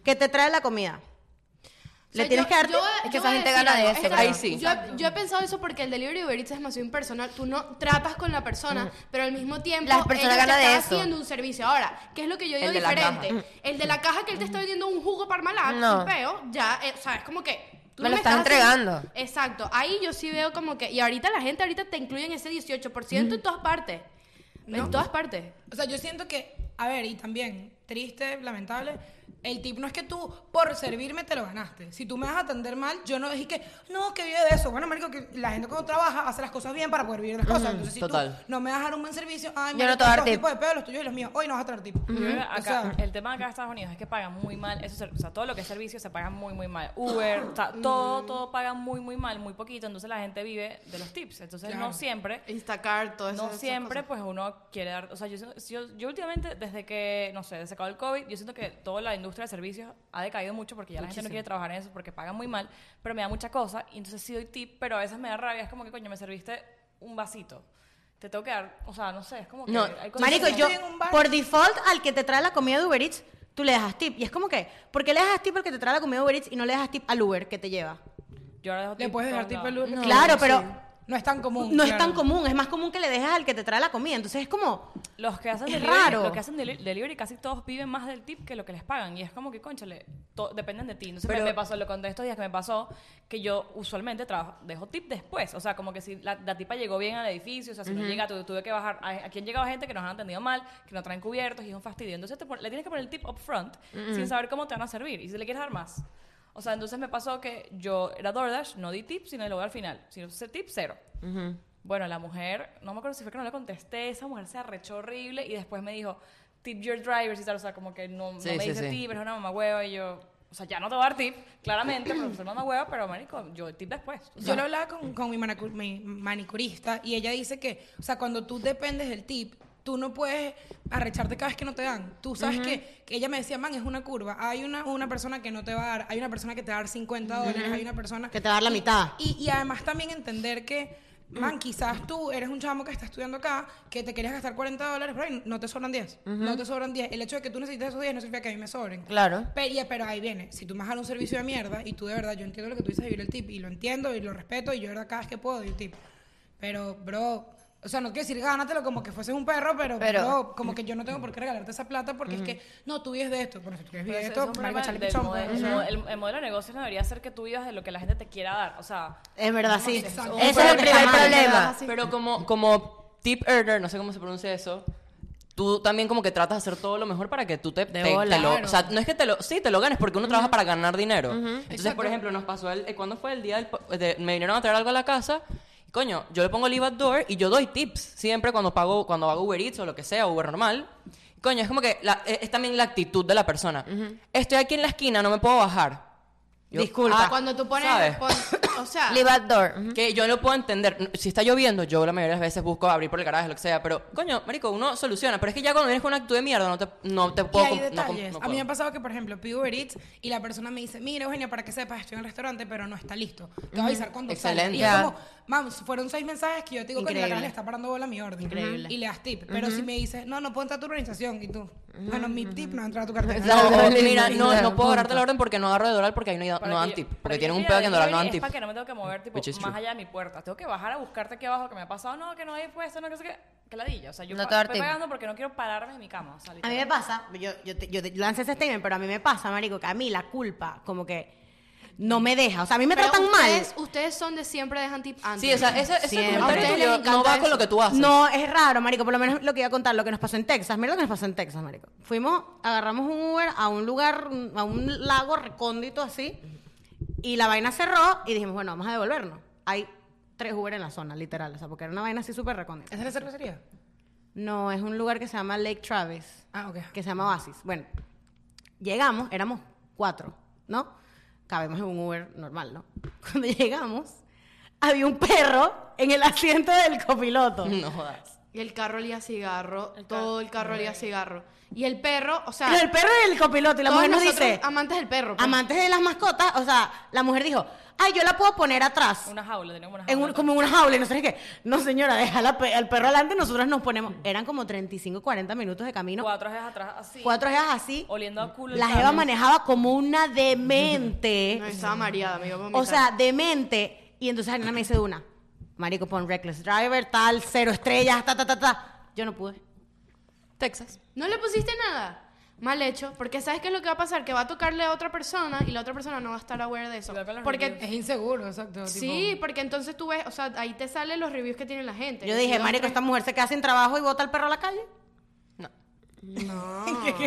que te trae la comida. O sea, Le tienes yo- que dar yo- tip. Es yo que esa voy a gente decir gana de algo. ese, Esta- creo. Ahí sí. Yo, yo he pensado eso porque el delivery de Uber Eats es demasiado impersonal. Tú no tratas con la Mm. persona, pero al mismo tiempo Las personas ellos te ganan de están eso. haciendo un servicio. Ahora, ¿qué es lo que yo digo El de la diferente? el de la caja que él te Mm. está vendiendo un jugo parmalat, No. un peo, ya, eh, o sea, es como que... tú Me no lo estás estás haciendo- entregando. Exacto. Ahí yo sí veo como que... Y ahorita la gente ahorita te incluyen ese 18% Mm. en todas partes. En todas partes. O sea, yo siento que, a ver, y también, triste, lamentable, el tip no es que tú por servirme te lo ganaste. Si tú me vas a atender mal, yo no dije que, no, que vive de eso. Bueno, marico, que la gente cuando trabaja hace las cosas bien para poder vivir las cosas. Entonces, si total. tú no me vas a dar un buen servicio, ay, Yo mira, no te voy a dar los tip. tipos de pedo, los tuyos y los míos. Hoy no vas a traer tip. Yo creo que O acá- sea, el tema acá de Estados Unidos es que pagan muy mal, eso, se- o sea, todo lo que es servicio se paga muy, muy mal. Uber, o sea, todo, todo paga muy, muy mal, muy poquito, entonces la gente vive de los tips. Entonces Claro. no siempre, Instacart, todo eso. no siempre, pues uno quiere dar, o sea, yo, siento- yo, yo últimamente, desde que, no sé, desde que acabó el COVID, yo siento que toda la industria de servicios ha decaído mucho porque ya la gente no quiere trabajar en eso porque pagan muy mal, pero me da mucha cosa, y entonces sí doy tip, pero a veces me da rabia, es como que, coño, me serviste un vasito. Te tengo que dar, o sea, no sé, es como que No, Eh, hay cosas Marico, que- yo, estoy en un bar. por default, al que te trae la comida de Uber Eats, tú le das tip. Y es como que, ¿por qué le das tip al que te trae la comida de Uber Eats y no le das tip al Uber que te lleva? yo ahora dejo le tip puedes dejar por un tip lado. al Uber. claro, pero No es tan común. No es claro. tan común, es más común que le dejes al que te trae la comida. Entonces es como, Los que hacen Es delivery, raro. los que hacen deli- delivery casi todos viven más del tip que lo que les pagan y es como que conchale, to- dependen de ti. Entonces me- Pero- me pasó lo con de estos días que me pasó que yo usualmente trabajo, dejo tip después, o sea, como que si la, la tipa llegó bien al edificio, o sea, si no llega tu- tuve que bajar, a, aquí han llegado gente que nos han atendido mal, que no traen cubiertos y es un fastidio. Entonces te pon- le tienes que poner el tip up front sin saber cómo te van a servir y si le quieres dar más. O sea, entonces me pasó que yo era DoorDash, no di tip, sino el lugar al final, sino ese tip cero. Bueno, la mujer, no me acuerdo si fue que no le contesté, esa mujer se arrechó horrible y después me dijo, tip your drivers y tal, o sea, como que no, no Sí, me sí, dice sí. tip, eres una mamá hueva y yo, o sea, ya no te voy a dar tip, claramente, pero soy mamá hueva, pero marico, yo tip después. O sea, Yo lo hablaba con, con mi, manacu- mi manicurista y ella dice que, o sea, cuando tú dependes del tip, tú no puedes arrecharte cada vez que no te dan. Tú sabes que, que ella me decía, man, es una curva. Hay una, una persona que no te va a dar, hay una persona que te va a dar 50 dólares, hay una persona... que te va a dar la mitad. Y, y además también entender que, man, quizás tú eres un chamo que está estudiando acá, que te querías gastar 40 dólares, pero ahí no te sobran 10. No te sobran 10. El hecho de que tú necesites esos 10 no significa que a mí me sobren. Claro. Pero, y- pero ahí viene. Si tú me vas a dar un servicio de mierda y tú de verdad, yo entiendo lo que tú dices de vivir el tip y lo entiendo y lo respeto y yo de verdad cada vez que puedo doy un tip. Pero, bro, o sea, no quiero decir gánatelo como que fueses un perro, pero, Pero- bro, como que yo no tengo por qué regalarte esa plata porque es que no, tú vives de esto. Bueno, si tú vives pero de Pues esto, eso- eso es un marico, problema échale del pichón, modelo- pues, o sea. el, el modelo de negocios no debería ser que tú vivas de lo que la gente te quiera dar, o sea, Es verdad, sí. Exacto. Ese es Pero el te primer llaman, te problema. llaman. Sí. Pero como, como tip earner, no sé cómo se pronuncia eso, tú también como que tratas de hacer todo lo mejor para que tú te, te- te bola. lo... Claro. O sea, no es que te lo... Sí, te lo ganes porque uno trabaja para ganar dinero. Entonces, Exacto. por ejemplo, nos pasó el... eh, ¿Cuándo fue el día del... po- de- me vinieron a traer algo a la casa. y Coño, yo le pongo el IVA door y yo doy tips siempre cuando pago, cuando hago Uber Eats o lo que sea, Uber normal. Coño, es como que la- eh, es, es también la actitud de la persona. Estoy aquí en la esquina, no me puedo bajar. Disculpa. ah, Cuando tú pones, ¿sabes? pon- o sea, Leave at door. ujú. Que yo lo puedo entender. Si está lloviendo, yo la mayoría de las veces busco abrir por el garaje, lo que sea. Pero, coño, marico, uno soluciona. Pero es que ya cuando vienes con una actitud de mierda, no te, no te puedo... y hay com- no com- detalles. no a mí me puedo. ha pasado que, por ejemplo, pido Uber Eats y la persona me dice, mira, Eugenia, para que sepas, estoy en el restaurante, pero no está listo. Te voy a avisar cuando salga. Excelente. Y es como, vamos, fueron seis mensajes que yo te digo que la Increíble. cara le está parando bola a mi orden. Increíble. Y le das tip. Pero si me dices, no, no puedo entrar a tu organización, y tú, bueno, mi tip no entra a tu cartera. No, Claro, o, mira, lindo, no, claro, no puedo agarrarte punto. la orden porque no agarro de Doral porque ahí no, hay- para no que dan yo- tip. para Porque que tienen yo un pida pedo que en Doral no dan delivery tip. Es para que no me tengo que mover tipo, Which is más true. allá de mi puerta. Tengo que bajar a buscarte aquí abajo que me ha pasado, no, que no hay puesto, no que sé qué. Que ladilla. O sea, yo No pa- te va a dar estoy tip. pagando porque no quiero pararme de mi cama. o sea, A mí me literal. pasa, yo, yo, te- yo te- lancé ese statement, pero a mí me pasa, marico, que a mí la culpa como que no me deja. O sea, a mí me pero tratan ustedes, mal. Ustedes son de siempre dejan tip antes. Sí, o sea, ese, ese Siempre. comentario A ustedes tuyo les encanta no va eso. con lo que tú haces. No, es raro, marico. Por lo menos lo que iba a contar, lo que nos pasó en Texas. Mira lo que nos pasó en Texas, marico. Fuimos, agarramos un Uber a un lugar, a un lago recóndito así. Y la vaina cerró y dijimos, bueno, vamos a devolvernos. Hay tres Uber en la zona, literal. O sea, porque era una vaina así súper recóndita. ¿Esa es la cervecería? No, es un lugar que se llama Lake Travis. Ah, ok. que se llama Oasis. Bueno, llegamos, éramos cuatro, ¿no? Cabemos en un Uber normal, ¿no? Cuando llegamos, había un perro en el asiento del copiloto. No jodas. Y el carro olía a cigarro, todo el carro olía a cigarro. Y el perro, o sea, Pero el perro y el copiloto, y la todos mujer nos nosotros dice, amantes del perro. pues. amantes de las mascotas, o sea, la mujer dijo, ay, yo la puedo poner atrás. Una jaula, tenemos una jaula. en un- como en una jaula y no sé qué. No, señora, deja la pe- al perro adelante, nosotros nos ponemos. Eran como 35, 40 minutos de camino. Cuatro veces atrás, así. Cuatro ejas así. Oliendo a culo el La Jeva carro. manejaba como una demente. No, estaba mareada, amigo. iba a O vomitar. sea, demente. Y entonces Ariana me dice de una, marico, pon Reckless Driver, tal, cero estrellas, ta, ta, ta, ta. Yo no pude. Texas. no le pusiste nada. Mal hecho, porque sabes qué es lo que va a pasar, que va a tocarle a otra persona y la otra persona no va a estar aware de eso. Igual con los Porque Es inseguro, exacto. sí, porque entonces tú ves, o sea, ahí te salen los reviews que tiene la gente. Yo dije, Dos, marico, tres. esta mujer se queda sin trabajo y bota al perro a la calle. No.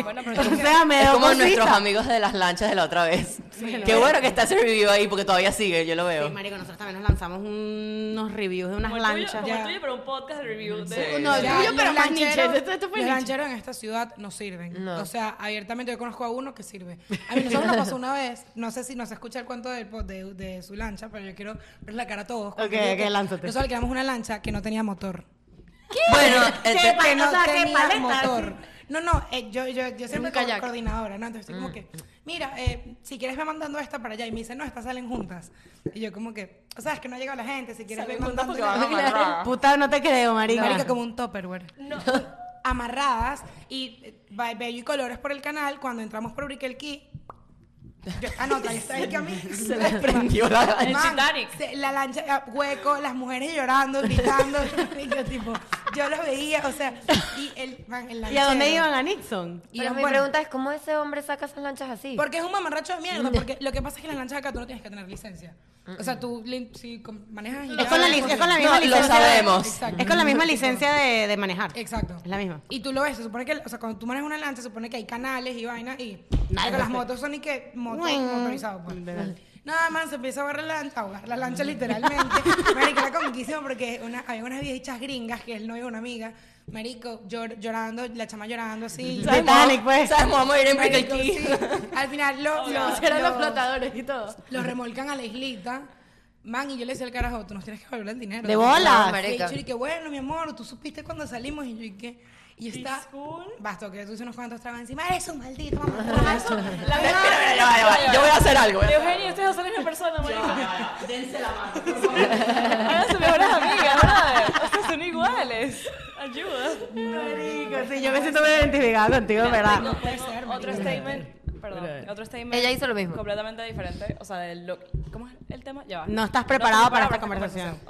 Bueno, pero O sea, me es dio como cosita. nuestros amigos de las lanchas de la otra vez. Qué bueno que está ese review ahí porque todavía sigue, yo lo veo. Sí, marico, nosotros también nos lanzamos unos reviews de unas como el tuyo- lanchas. Como el Ya. tuyo, pero un podcast de review. de- Sí. No, el Ya, tuyo, los pero más lancheros- niche. Esto- esto fue los niche. lancheros en esta ciudad no sirven. O sea, abiertamente yo conozco a uno que sirve. A mí nosotros nos pasó una vez, no sé si nos escucha el cuento del, po- de, de su lancha, pero yo quiero ver la cara a todos. Ok, ok, lánzate. Nosotros alquilamos una lancha que no tenía motor. Bueno, ¿Qué este- pa- Que no o sea, que tenía paleta, motor. No, no, eh, yo, yo, yo siempre un como kayak. coordinadora, ¿no? Entonces estoy como que, mira, eh, si quieres ve mandando esta para allá. Y me dice, no, estas salen juntas. Y yo como que, o sea, es que no ha llegado la gente, si quieres ve Salen juntas mandando. porque van amarradas. Puta, no te creo, marica. Marica, como un topperware. Amarradas y eh, va- bello y colores por el canal. Cuando entramos por Brickell Key, Anota, ahí está, es que a mí. Se les prendió la El Man, Titanic. se- la lancha, ah, hueco, las mujeres llorando, gritando. y yo, tipo, yo los veía, o sea, y el, man, el ¿Y a dónde lanchero. iban a Nixon? Y Pero es mi bueno. pregunta es, ¿cómo ese hombre saca esas lanchas así? Porque es un mamarracho de mierda, porque lo que pasa es que las lanchas acá tú no tienes que tener licencia. O sea, tú li- si com- manejas y Es con la, ya, lic- es con la cosas. misma No, lo licencia. sabemos. Es con la misma licencia de, de manejar. Exacto. Es la misma. Y tú lo ves, se supone que, o sea, cuando tú manejas una lancha, se supone que hay canales y vainas y Nada, porque las perfecto. motos son y que motos Uy. motorizadas, pues. Legal. Nada más se empieza a ahogar la lancha, a ahogar la lancha literalmente. Marico, era comiquísimo porque una, había unas viejitas gringas que él no iba una amiga. Marico, llor- llorando, la chama llorando así. ¿Sabes, Titanic, mo- pues. ¿Sabes? mo- Vamos a ir en Marico, Brickell sí. Key. Al final lo, lo- Eran los lo- flotadores y todo. lo remolcan a la islita. Man, y yo le decía al carajo, tú nos tienes que devolver el dinero. De bolas. No, marica. Y yo que bueno, mi amor, tú supiste cuando salimos. Y yo, ¿y qué? Y yo está. Basta, que tú se unos cuantos tragos encima. Eres un maldito, mamarracho. La Espera, verdad- espera, ya va, ya va. Yo voy a hacer algo. voy a hacer- Eugenio, ustedes dos son la misma persona, marico. Dense la mano. Eran sus mejores amigas, ¿verdad? O sea, son iguales. Ayuda. Sí, yo me siento muy identificada contigo, ¿verdad? Tengo otro statement, perdón, otro statement. Ella hizo lo mismo. Completamente diferente, o sea, de lo- ¿cómo es el tema? Ya va. No estás preparado para esta conversación.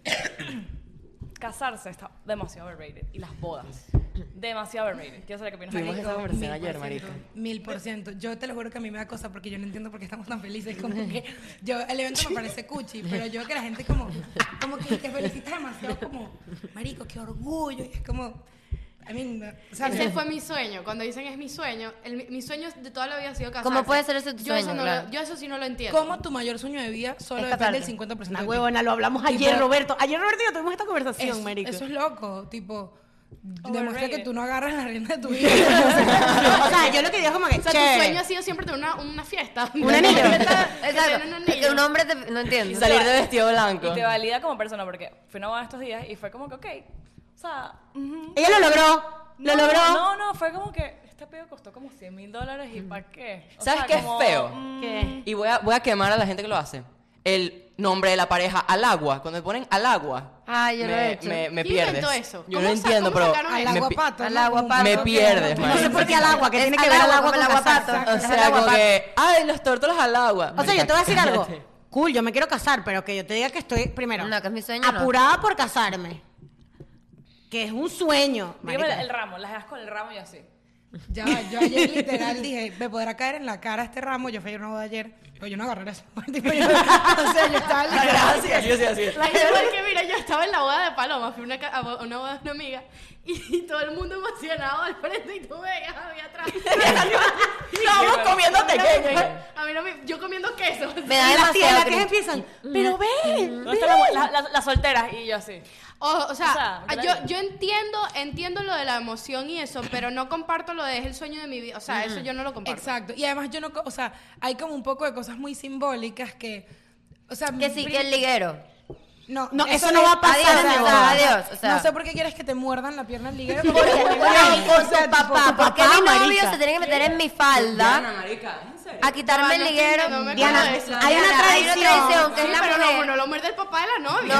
Ok. Casarse está demasiado overrated y las bodas demasiado overrated. Quiero saber qué opinas. Tuvimos Marico. esa conversación mil ayer, por marico. ciento, Mil por ciento. Yo te lo juro que a mí me da cosa porque yo no entiendo por qué estamos tan felices. Como que yo, el evento me parece cuchi, pero yo que la gente como, como que te felicita demasiado, como, marico, qué orgullo. Y es como, a mí, no- o sea, Ese fue mi sueño. Cuando dicen es mi sueño, el, mi- mi sueño de toda la vida ha sido casarse. ¿Cómo puede ser ese tu yo Eso sueño, no claro? lo- yo eso sí no lo entiendo. ¿Cómo tu mayor sueño de vida solo Es depende del casarte. 50% de Una ti? huevona, lo hablamos Tipo- ayer, Roberto. Ayer, Roberto y yo tuvimos esta conversación, Eso, marico. eso es loco, tipo, demuestra Overrated. que tú no agarras la rienda de tu vida. o sea, yo lo que digo es como que, O sea, che, tu sueño ha sido siempre tener una, una fiesta. Un anillo. Una fiesta que Exacto. tengan un Que anillo. un hombre te... No Y entiendo. salir de vestido blanco. Y te valida como persona, porque fui a una boda estos días y fue como que, ok, o sea, ujú. ella lo logró, lo No, logró. No, no, fue como que este pedo costó como 100 mil dólares y ¿para qué? O ¿Sabes sea, qué es como, feo? mm, ¿Qué? Y voy a, voy a quemar a la gente que lo hace. El nombre de la pareja al agua. Cuando me ponen al agua. Ah, yo me, lo he hecho. Me, me ¿Quién pierdes. inventó eso? Yo ¿Cómo no sa- entiendo, cómo pero. sacaron Al me pi- aguapato. al ¿no? agua Como un pato. Me palo que- pierdes, No sé marico. por qué al agua, que Es tiene que al ver al agua, agua con como el aguapato. casarse. O Es sea, al como aguapato. que. Ay, los tórtolas al agua. O sea, yo te voy a decir algo. Cállate. Cool, yo me quiero casar, pero que yo te diga que estoy, primero, No, que es mi sueño, no. apurada por casarme. Que es un sueño. Dígame marica. el ramo, las das con el ramo y así. Ya, va, yo ayer literal dije, me podrá caer en la cara este ramo. Yo fui a una boda ayer, pero yo no agarré eso. Tipo, yo- o sea, yo estaba Ah, literal- Gracias, así, así, así. La idea es que, mira, yo estaba en la boda de Paloma, fui a una, ca- a una boda de una amiga y todo el mundo emocionado al frente y tú veías a mí atrás. Estábamos comiendo tequeño. A mí no me... Yo comiendo queso. Me Y da las tías, las tías demasiado cringe. empiezan, pero ve, ¿Dónde están las, las- las- las solteras? Y yo así. O, o sea, O sea, a- claro. yo, yo entiendo, entiendo lo de la emoción y eso, pero no comparto lo de es el sueño de mi vida. O sea, eso yo no lo comparto. Exacto. Y además yo no, co- o sea, hay como un poco de cosas muy simbólicas que, o sea, Que sí, prim- que el liguero. no, No, eso no va a pasar Adiós, en mi o sea, boda. adiós. O sea, no sé por qué quieres que te muerdan la pierna al liguero. Porque, güey, con tu papá, tu porque papá, mi novio marica. se tiene que meter en mi falda marica, ¿en serio? a quitarme el No, no, liguero. no me Diana, acuerdo de eso. hay una Hay una tradición. tradición que es Sí, la pero no, mujer. no lo muerde el papá de la novia.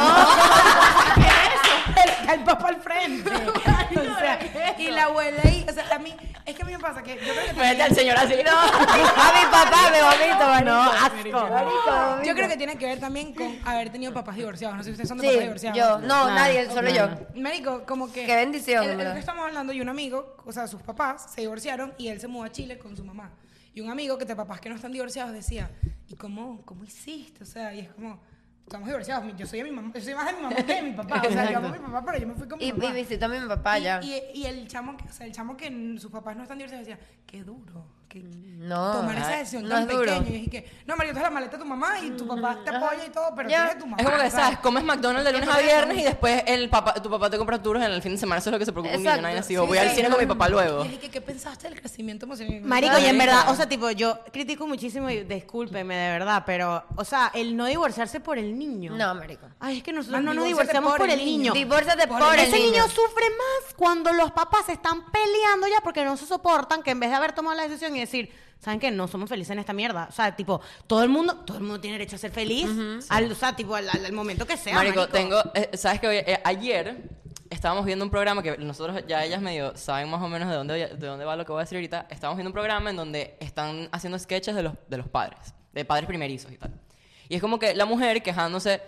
el, el papá al frente. o sea, y la abuela ahí, o sea, a mí, es que a mí me pasa que yo creo que Vete al señor así, no. A mi papá me vomito, No, marico. asco. Marico, Yo creo que tiene que ver también con haber tenido papás divorciados. No sé si ustedes son de papás Sí, divorciados. yo. No, nadie, solo yo. Marico, como que. Qué bendición, en El, el verdad. que estamos hablando y un amigo, o sea, sus papás se divorciaron y él se mudó a Chile con su mamá. Y un amigo que de papás que no están divorciados decía, ¿y cómo, cómo hiciste? O sea, y es como, estamos divorciados. mi- Yo soy, de mi mamá, yo soy más de mi mamá que de mi papá. O sea, yo amo a mi papá, pero yo me fui con mi Y, y mamá. visito a mi papá Y- ya. Y, y el chamo, que- o sea, el chamo que n- sus papás no están divorciados decía, qué duro. Que, No, tomar esa decisión no tan es duro. pequeño. Y dije que, no, Mario, tú eres la maleta de tu mamá y tu papá te apoya y todo, pero Ya. tú eres tu Oh mamá. Es como que, o sea, ¿sabes? Comes McDonald's de lunes a Exacto. viernes y después el papá, tu papá te compra turos en el fin de semana. Eso es lo que se preocupa un niño. Exacto, nadie así, o sí, voy al sí. cine con mi papá luego. Y dije, ¿qué pensaste del crecimiento emocional? Marico, y en verdad, o sea, tipo, yo critico muchísimo y discúlpeme, de verdad, pero, o sea, el no divorciarse por el niño. No, marico. Ay, es que nosotros Man, no nos divórciate divorciamos por el niño. Divórciate por el Ese niño. niño. sufre más cuando los papás se están peleando ya porque no se soportan que en vez de haber tomado la decisión y decir, ¿saben qué? No somos felices en esta mierda. O sea, tipo, todo el mundo, todo el mundo tiene derecho a ser feliz. al, o sea, tipo, al, al- al momento que sea. Marico, marico. tengo. eh, ¿Sabes que Oye, eh, ayer estábamos viendo un programa que nosotros ya ellas medio saben más o menos de dónde, de dónde va lo que voy a decir ahorita. Estábamos viendo un programa en donde están haciendo sketches de los, de los padres, de padres primerizos y tal. Y es como que la mujer quejándose,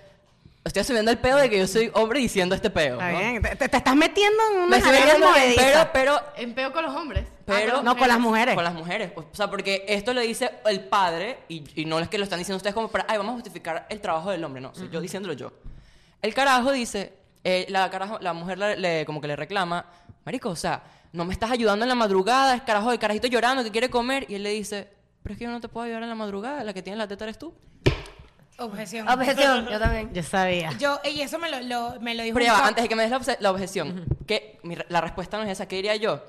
estoy asumiendo el peo de que yo soy hombre diciendo este peo. Está ¿no? bien, te, te- te estás metiendo en Me una estoy área metiendo en- pero, movediza. pero En peo con los hombres. Ah, Pero- las No, con las mujeres. mujeres. Con las mujeres. pues, O sea, porque esto lo dice el padre y, y no es que lo están diciendo ustedes como para, ay, vamos a justificar el trabajo del hombre. No, soy yo diciéndolo yo. El carajo dice, eh, la, carajo, la mujer le, le- como que le reclama, marico, o sea, no me estás ayudando en la madrugada, es carajo, el carajito llorando que quiere comer. Y él le dice, pero es que yo no te puedo ayudar en la madrugada, la que tiene la teta eres tú. Objeción. Objeción, yo también. Yo sabía. Yo, y eso me lo, lo- me lo dijo. Pero ya un va, cua- antes de que me des la, obse- la objeción, que mi re- la respuesta no es esa, ¿qué diría yo?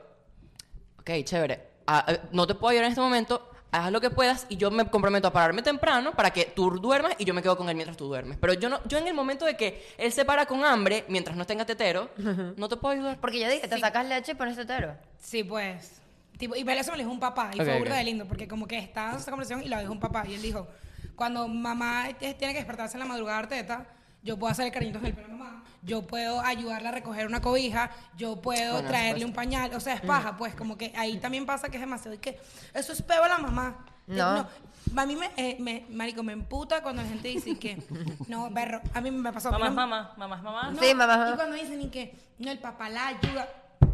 Ok, chévere, Ah, eh, no te puedo ayudar en este momento, haz lo que puedas y yo me comprometo a pararme temprano para que tú duermas y yo me quedo con él mientras tú duermes. Pero yo no, yo en el momento de que él se para con hambre, mientras no tenga tetero, no te puedo ayudar. Porque yo dije, te sacas leche y pones tetero. Sí, pues. Tipo, y pero eso me lo dijo un papá. Y Ok, fue ok. burda de lindo, porque como que estaba en esa conversación y lo dijo un papá. Y él dijo, cuando mamá te- tiene que despertarse en la madrugada de teta, yo puedo hacer cariñitos del pelo a mamá, yo puedo ayudarla a recoger una cobija, yo puedo Bueno, traerle supuesto. Mm. un pañal. O sea, es paja, pues, como que ahí también pasa que es demasiado. Y que eso es peo a la mamá. No. A mí me, eh, me- marico, me emputa cuando la gente dice que, no, berro, a mí me pasó. Mamás, no- mamás, mamás, mamás. no, Sí, mamá, Y mamá. cuando dicen y que, no, el papá la ayuda.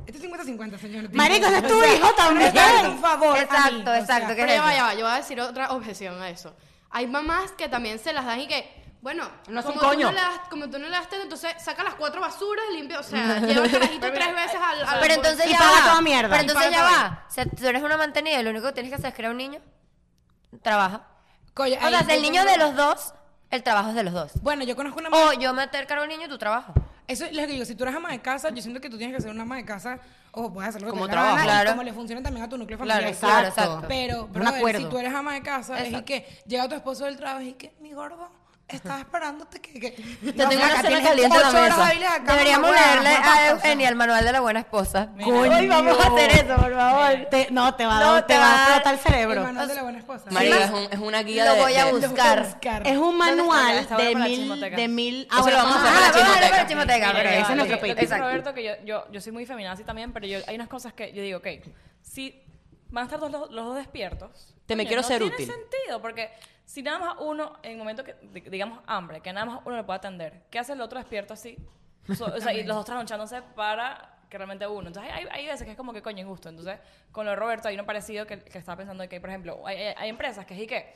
Esto es 50-50, señor. Marico, ese es tu hijo también. Por favor. a Exacto, mí, o sea, exacto, ¿qué Pero es ya va, eso? ya va, yo voy a decir otra objeción a eso. Hay mamás que también se las dan y que, bueno, No hacen como, coño. Tú no le das, como tú no le das teta, entonces saca las cuatro basuras, limpia, o sea, lleva el carajito tres veces al... al Pero entonces Y ya paga va. toda mierda. Pero Y entonces paga ya todo. va. O sea, tú eres una mantenida y lo único que tienes que hacer es crear un niño. Trabaja. Coño, O ahí sea, si el yo niño creo- de los dos, el trabajo es de los dos. Bueno, yo conozco una O mamá. yo meter cargo al niño y tu trabajo. Eso es lo que digo. Si tú eres ama de casa, yo siento que tú tienes que ser una ama de casa. O puedes hacer lo que Como te dé la gana trabajo. y Claro. como le funciona también a tu núcleo Claro, familiar. claro, exacto. Pero, Un brother, acuerdo. si tú eres ama de casa, es y Exacto. que llega tu esposo del trabajo y que, mi gordo, estaba esperándote que. que te Te tengo una cena caliente en la mesa. Deberíamos leerle a Eugenia el manual de la buena esposa. Coño. Hoy vamos a hacer eso, por favor. Te- no, te va a, No, dar- te te va a va a dar- explotar el cerebro. Hermano de la buena esposa. Marica, es, un- es una guía Lo de... voy a de- Lo voy a buscar. Es un manual Está bueno de para la mil, chismoteca. de mil. Eso lo vamos a Ah, hacer para la vamos a hablar chismoteca. para la chismoteca, pero Mira, vale. ese es nuestro Lo que pick. dice Exacto. Roberto que yo, yo, yo soy muy feminazi también, pero yo, hay unas cosas que yo digo, ok, si van a estar los, los dos despiertos. Te me coño, quiero no ser tiene útil. sentido, porque si nada más uno, en el momento que, di- digamos, hambre, que nada más uno le pueda atender, ¿qué hace el otro despierto así? So- o sea, y los dos trasnochándose para que realmente uno. Entonces, hay, hay veces que es como que coño injusto. Entonces, con lo de Roberto hay uno parecido que, que estaba pensando que, por ejemplo, hay, hay- hay empresas que es y que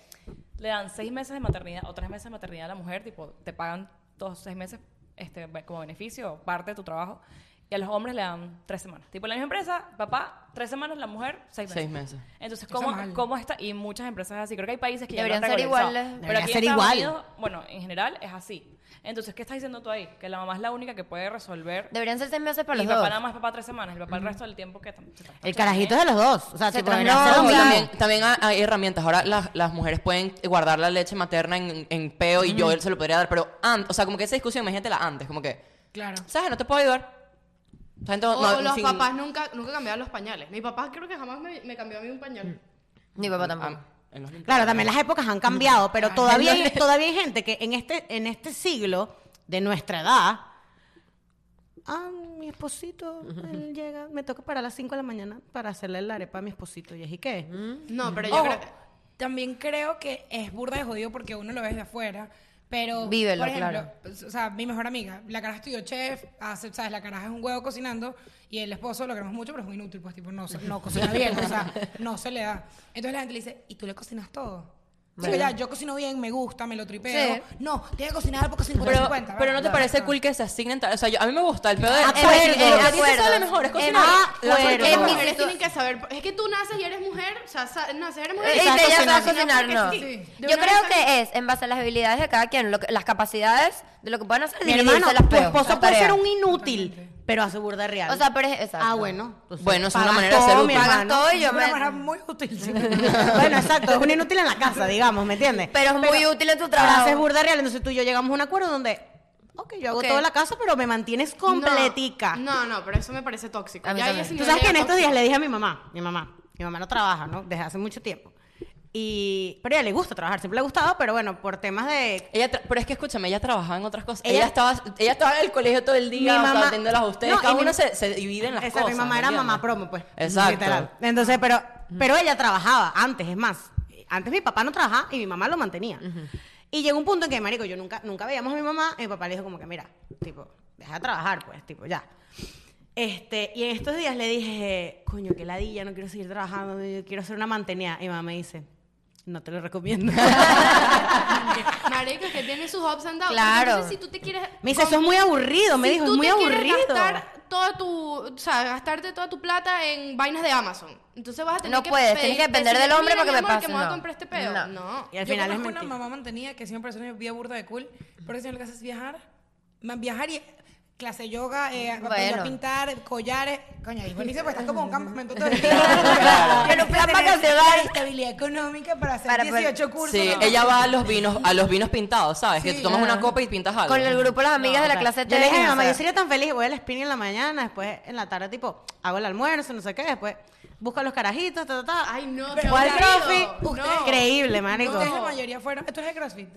le dan seis meses de maternidad o tres meses de maternidad a la mujer, tipo, te pagan todos seis meses este, be- como beneficio, parte de tu trabajo. Y a los hombres le dan tres semanas. Tipo, la misma empresa, papá, tres semanas, la mujer, seis meses. Seis meses. Entonces, Está ¿cómo, mal. ¿cómo está? Y muchas empresas es así. Creo que hay países que ya lo han Deberían ser regularizado. iguales. Pero aquí Debería en ser Estados igual. Unidos, bueno, en general es así. Entonces, ¿qué estás diciendo tú ahí? Que la mamá es la única que puede resolver. Deberían ser seis meses para y los papá dos. nada más, papá tres semanas. El papá el resto del tiempo que tam- se trasnocha El carajito es de los dos. O sea, Se tipo, trasnocha. debería ser lo Y Claro. también, también ha- hay herramientas. Ahora las, las mujeres pueden guardar la leche materna en, en peo y yo él se lo podría dar. Pero, antes, o sea, como que esa discusión, imagínatela antes. Como que, Claro. ¿sabes? No te puedo ayudar. O sea, entonces, O, no, o los sin- papás nunca, nunca cambiaban los pañales. Mi papá creo que jamás me, me cambió a mí un Mm. pañal. Ni papá tampoco. Ah, en los limpios. Claro, también las épocas han cambiado, pero todavía hay, todavía hay gente que en este, en este siglo de nuestra edad. Ah, mi esposito, él llega, me toca para las 5 de la mañana para hacerle la arepa a mi esposito. ¿Y así qué? Mm. No, pero yo Ojo, creo que... también creo que es burda de jodido porque uno lo ve desde afuera, pero... Vívelo, por ejemplo, claro. pues, O sea, mi mejor amiga, la caraja estudió chef, hace, ¿sabes? La caraja es un huevo cocinando y el esposo lo queremos mucho, pero es muy inútil, pues, tipo, no, se- no cocina bien, o sea, no se le da. Entonces la gente le dice, ¿y tú le cocinas todo? Chico, ya, yo cocino bien, me gusta, me lo tripeo. Sí. No, tiene que cocinar porque 50 Pero, 50. pero no te ¿verdad? parece Claro. cool que se asignen. tal- O sea, yo- a mí me gusta el pedo de. Acuerdo, en lo que- en lo que a ti te sale acuerdo. mejor es En cocinar. La acuerdo. suerte Las es mi buena. mujeres situ- tienen que saber... Es que tú naces y eres mujer, o sea, sa- naces, eres mujer Y y sabes que ella sabe cocinar. cocinar, no. porque sí, de Yo una creo vez que es en base a las habilidades de cada quien, lo que- las capacidades de lo que pueden hacer. Mi dividirse hermano, las tu peos, esposo las puede ser tareas. un inútil, pero hace burda de real. O sea, pero es- exacto. Ah, bueno. entonces, Bueno, es una pagas manera de ser todo, útil. mi Pagas hermano. todo y yo Una manera me... muy útil, sí. bueno, exacto, es un inútil en la casa, digamos, ¿me entiendes? Pero es muy útil en tu Pero trabajo. haces burda real, entonces tú y yo llegamos a un acuerdo donde, ok, yo hago Ok. todo en la casa, pero me mantienes No, completica. No, no, pero eso me parece tóxico. A mí Ya ahí también. ese Tú nivel sabes que en llega estos días tóxico. le dije a mi mamá, mi mamá, mi mamá no trabaja, ¿no? Desde hace mucho tiempo. Y, pero a ella le gusta trabajar, siempre le ha gustado, pero bueno, por temas de... Ella tra- pero es que escúchame, ella trabajaba en otras cosas. Ella, Ella- estaba ella estaba en el colegio todo el día, Mi o sea, mamá- atendiéndolas a ustedes. No, Cada y mi- uno se, se divide en las Exacto, cosas. mi mamá era ¿entiendes? mamá promo, pues. Exacto. literal. Entonces, pero, pero ella trabajaba antes, es más. Antes mi papá no trabajaba y mi mamá lo mantenía. Y llegó un punto en que, marico, yo nunca, nunca veíamos a mi mamá. Y mi papá le dijo como que, mira, tipo, deja de trabajar, pues, tipo, ya. Este, y en estos días le dije, coño, qué ladilla, no quiero seguir trabajando, yo quiero hacer una mantenida. Y mi mamá me dice, no te lo recomiendo. Marico, que tiene sus ups and downs. Claro. Entonces, si tú te quieres. me dice, eso es muy aburrido, me si dijo, tú es muy te quieres aburrido. gastar toda tu, o sea, gastarte toda tu plata en vainas de Amazon. Entonces vas a tener No que puedes, tienes que pedir- depender del decirle, hombre "Mira, porque mi me amor, pasa, que me voy a no. comprar este pedo. No. no. Y al Yo final es conozco una mentira. mamá mantenida que siempre es una vida burda de cool, pero si no lo que haces es viajar, ma- viajar y eh, clase de yoga, eh, aprender Bueno. a pintar, collares, coño, y buenísimo, pues estás como en un campamento todo el día. Pero un plan Tienes que tener vacacional. Estabilidad económica para hacer Para poder- 18 cursos. Sí, ¿no? ella va a los vinos, a los vinos pintados, ¿sabes? que Sí, tú tomas ajá. una copa y pintas algo. Con el grupo de las amigas de la total. clase Yo le dije a mi técnica. mamá, yo sería tan feliz, voy al spinning en la mañana, después en la tarde, tipo, hago el almuerzo, no sé qué, después busco a los carajitos, ta, ta, ta. Ay, no, qué Voy al aburrido. CrossFit. No. Ustedes- Increíble, marico. Ustedes la mayoría fueron. ¿Esto es de CrossFit?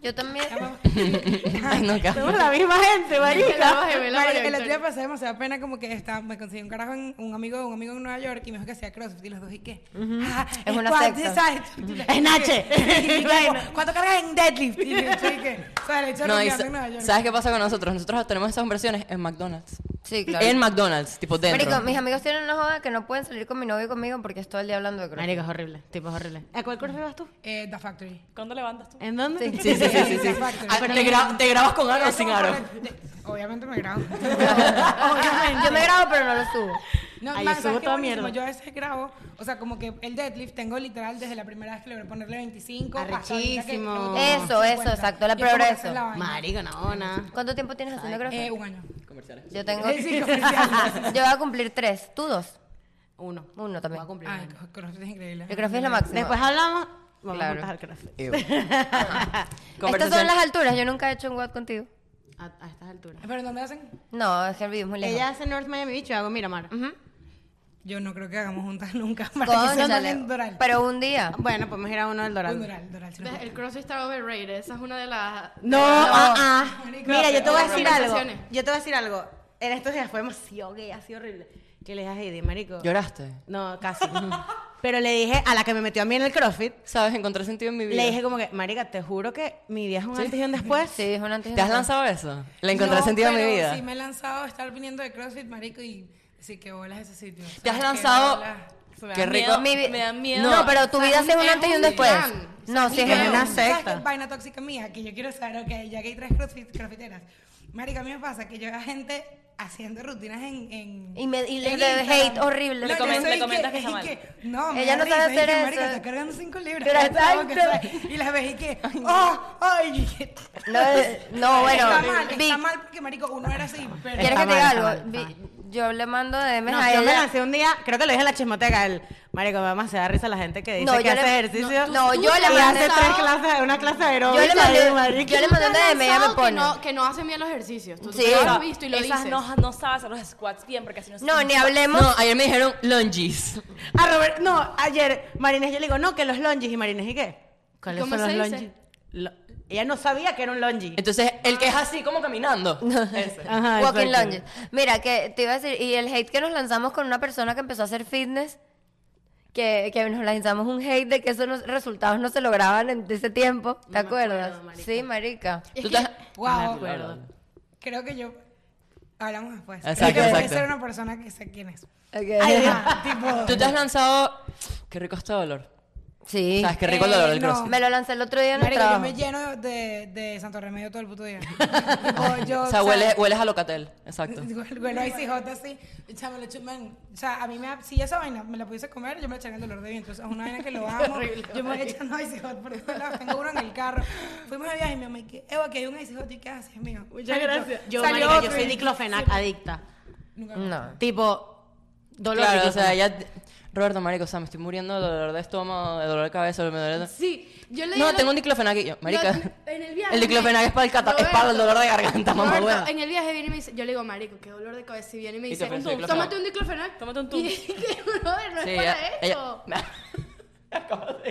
Yo también. Ay, no, qué- Somos la misma gente, marica. Gemelas, gemelas, Marica, el María otro día Victoria. pasé demasiada pena como que estaba, me conseguí un carajo en un amigo de un amigo en Nueva York y me dijo que hacía CrossFit y los dos y qué. Ah, Es una squat, secta. ¿sabes? Es Nache. Y yo, ¿Cuánto cargas en deadlift? Y yo, sí, ¿qué? O sea, le he hecho No, y rumbeando sa- en Nueva York. ¿sabes qué pasa con nosotros? Nosotros tenemos esas conversiones en McDonald's. Sí, claro. En McDonald's, tipo dentro. Marico, mis amigos tienen una joda que no pueden salir con mi novio y conmigo porque es todo el día hablando de cruz. Marico, es horrible, tipo, es horrible. ¿A cuál curso vas tú? Eh, The Factory. ¿Cuándo levantas tú? ¿En dónde? Sí, sí, sí, sí, sí. The Factory. Ah, ¿Te, gra- te grabas con aro o sin aro? Obviamente me grabo. Yo me grabo, pero no lo subo. No, Ay, man, yo ¿sabes subo qué toda buenísimo? mierda. Yo a veces grabo, o sea, como que el deadlift tengo literal desde la primera vez que le voy a ponerle 25. hasta ahorita que Arrechísimo. creo que Eso, tengo eso, 50. exacto, la Y es como que progreso. esa es la vaina. Marico, no, nada. ¿Cuánto tiempo tienes haciendo cruz? Eh, un año. Yo tengo. Sí, Yo comercial. voy a cumplir tres. ¿Tú dos? Uno. Uno también. Voy a cumplir. Ay, uno. CrossFit es increíble. El crossfit es la máxima. Después hablamos, vamos Claro. a juntas al CrossFit. Ew. Estas son Conversación- las alturas. Yo nunca he hecho un WAD contigo. A, a estas alturas. ¿Pero en dónde hacen? No, es que el video es muy lejos. Ella hace North Miami Beach, yo hago Miramar. Yo no creo que hagamos juntas nunca. Para que sea más Cónchale. bien Doral. Pero un día. Bueno, podemos ir a uno del Uy, Dorado. Doral, Doral. sí, no. ¿Ves? El CrossFit está overrated. Esa es una de las. No, ah, ah. Marico, Mira, yo te voy a decir algo. conversaciones. Yo te voy a decir algo. En estos días fue demasiado gay, así horrible. Que le dije a Heidi, marico. ¿Lloraste? No, casi. Pero le dije a la que me metió a mí en el CrossFit, ¿Sabes? Encontré sentido en mi vida. le dije como que, marica, te juro que mi día es un antes y un después. Sí, es un antes y un ¿Te has después. lanzado eso? Le encontré No, sentido en mi pero vida. Sí, me he lanzado a estar viniendo de CrossFit, marico, y decir que bolas ese sitio. ¿Te has ¿Sabes qué lanzado? bolas? Me Qué rico. da- mi vi- me da miedo. No, pero tu O sea, vida es sí es un- un es antes y un un después. plan. No, sí es plan. un una ¿Sabes secta. qué vaina tóxica mía? Que yo quiero saber, ok, ya que hay tres crossfit, crossfiteras. Marica, a mí me pasa que llega gente haciendo rutinas en... en Y me- y le- en le- Instagram. hate horrible. Le yo comen- soy le comentas que y está mal. no, me Ella da no sabe risa, y hacer que, eso. Marica, está cargando cinco libras. Pero Yo tengo que exacto. saber. Y las ves y que... ¡Oh! ¡Ay! No, eh, no, bueno. Está mal, está Vic, mal porque, marico, uno era así, pero... ¿Quieres Está que te diga mal, está algo? mal, está Vi- Yo le mando DMs No, a yo me ella. lancé un día, creo que lo dije en la chismoteca, el marico, mamá, se da risa la gente que dice No, que yo hace le- ejercicio. no, tú- No, yo le y mandé hace tres sábado- clases, una clase de aeróbica. Yo le mandé- y, marico, yo Tú le te mandé has una DM, ella me lanzado que pone. no- Que no hacen bien los ejercicios. Tú Sí. sí. lo Esa- has visto y lo Esas dices. no, no sabes hacer los squats bien porque así no se No, ni hablemos. No, ayer me dijeron lunges. A Robert, no, ayer Marines yo le digo, no, que los longes. Y Marines, ¿y qué? ¿Cuáles ¿Cómo son se los dice? longes? Lo- Ella no sabía que era un longe. Entonces, el que es así como caminando. Ese. Ajá, Walking exacto. lunges. Mira, que te iba a decir, y el hate que nos lanzamos con una persona que empezó a hacer fitness, que, que nos lanzamos un hate de que esos no- resultados no se lograban en ese tiempo, ¿te acuerdas? sí, marica. Tú te- Ah, Wow. acuerdo. Creo que yo. Hablamos después. Exacto, Creo que voy a exacto. ser una persona que sé quién es. Ok. Ah, tipo. Tú te has lanzado... Qué rico este dolor. Sí. ¿Sabes? Qué rico el dolor del Eh, no. crossfit. Me lo lancé el otro día en el Marico, yo trabajo. me lleno de, de Santo Remedio todo el puto día. Tipo, yo, O sea, hueles, hueles a locatel. Exacto. Bueno, ahí sí, Jota, sí. O sea, me lo chupan. O sea, a mí me da- Si esa vaina me la pudiese comer, yo me la echaría el dolor de vientre. O sea, es una vaina que lo amo. yo me voy echando Icy Hot por todos lados. Tengo uno en el carro. Fuimos de viaje y mi mamá, que, Ewa, que hay un Icy Hot. ¿Y qué haces, mío? Muchas gracias. Yo, Salió marica, yo otro soy y- diclofenac adicta. Nunca- No. Tipo, dolor Claro, de o sea, diclofenac. ya... Roberto, marico, o sea, me estoy muriendo de dolor de estómago, de dolor de cabeza, de dolor de... Sí, yo le No, digo- tengo un diclofenac aquí. Yo, Marica, No, en el viaje. el diclofenac es para el, cata- es Roberto, para el dolor de garganta, mamá Roberto, buena. En el viaje viene y me dice, yo le digo, marico, qué dolor de cabeza. Y viene y me Y te dice, ofrece tómate un diclofenac. diclofenac. Tómate un Y dije, brother, no es Sí, para ella- eso. ella- Acabas de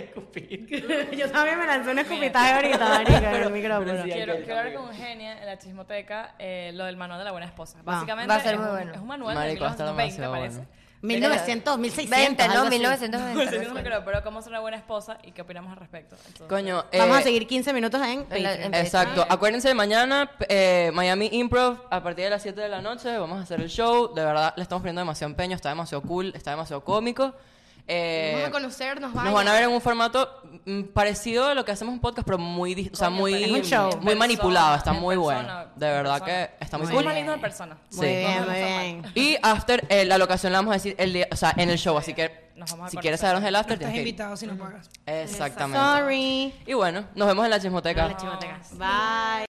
escupir. Yo también me lancé un escupitaje ahorita, marica, en el micrófono. pero sí, Quiero, Hay que quiero hablar cambiar. con Eugenia en la chismoteca eh, lo del manual de la buena esposa. Va, Básicamente va a ser es, muy un- bueno. es un manual Marico, va a estar de 1920, me demasiado parece. bueno. 1900, 1600. 20, algo no, así. 1990. Sí, no me creo, pero cómo ser una buena esposa y qué opinamos al respecto. Entonces, Coño, Vamos a eh, seguir 15 minutos en en la- Patreon. en- Exacto. Acuérdense, mañana eh, Miami Improv a partir de las 7 de la noche vamos a hacer el show. De verdad, le estamos poniendo demasiado empeño, está demasiado cool, está demasiado cómico. Eh, Vamos a conocernos, nos van a ver en un formato mm, parecido a lo que hacemos en podcast, pero muy, dis- o sea, Coño, muy, pero es un show. muy persona, manipulado. Está en muy persona, bueno. De en verdad persona. que está muy Somos más cool. lindos en persona. Muy Sí. bien, No, no, muy no, bien. Y after, eh, la locación la vamos a decir el día, o sea, en el show. Así que Nos vamos a si conocer. quieres sabernos el after, Estás tienes que ir. invitado si no pagas. Exactamente. Sorry. Y bueno, nos vemos en la chismoteca. La chismoteca. Bye.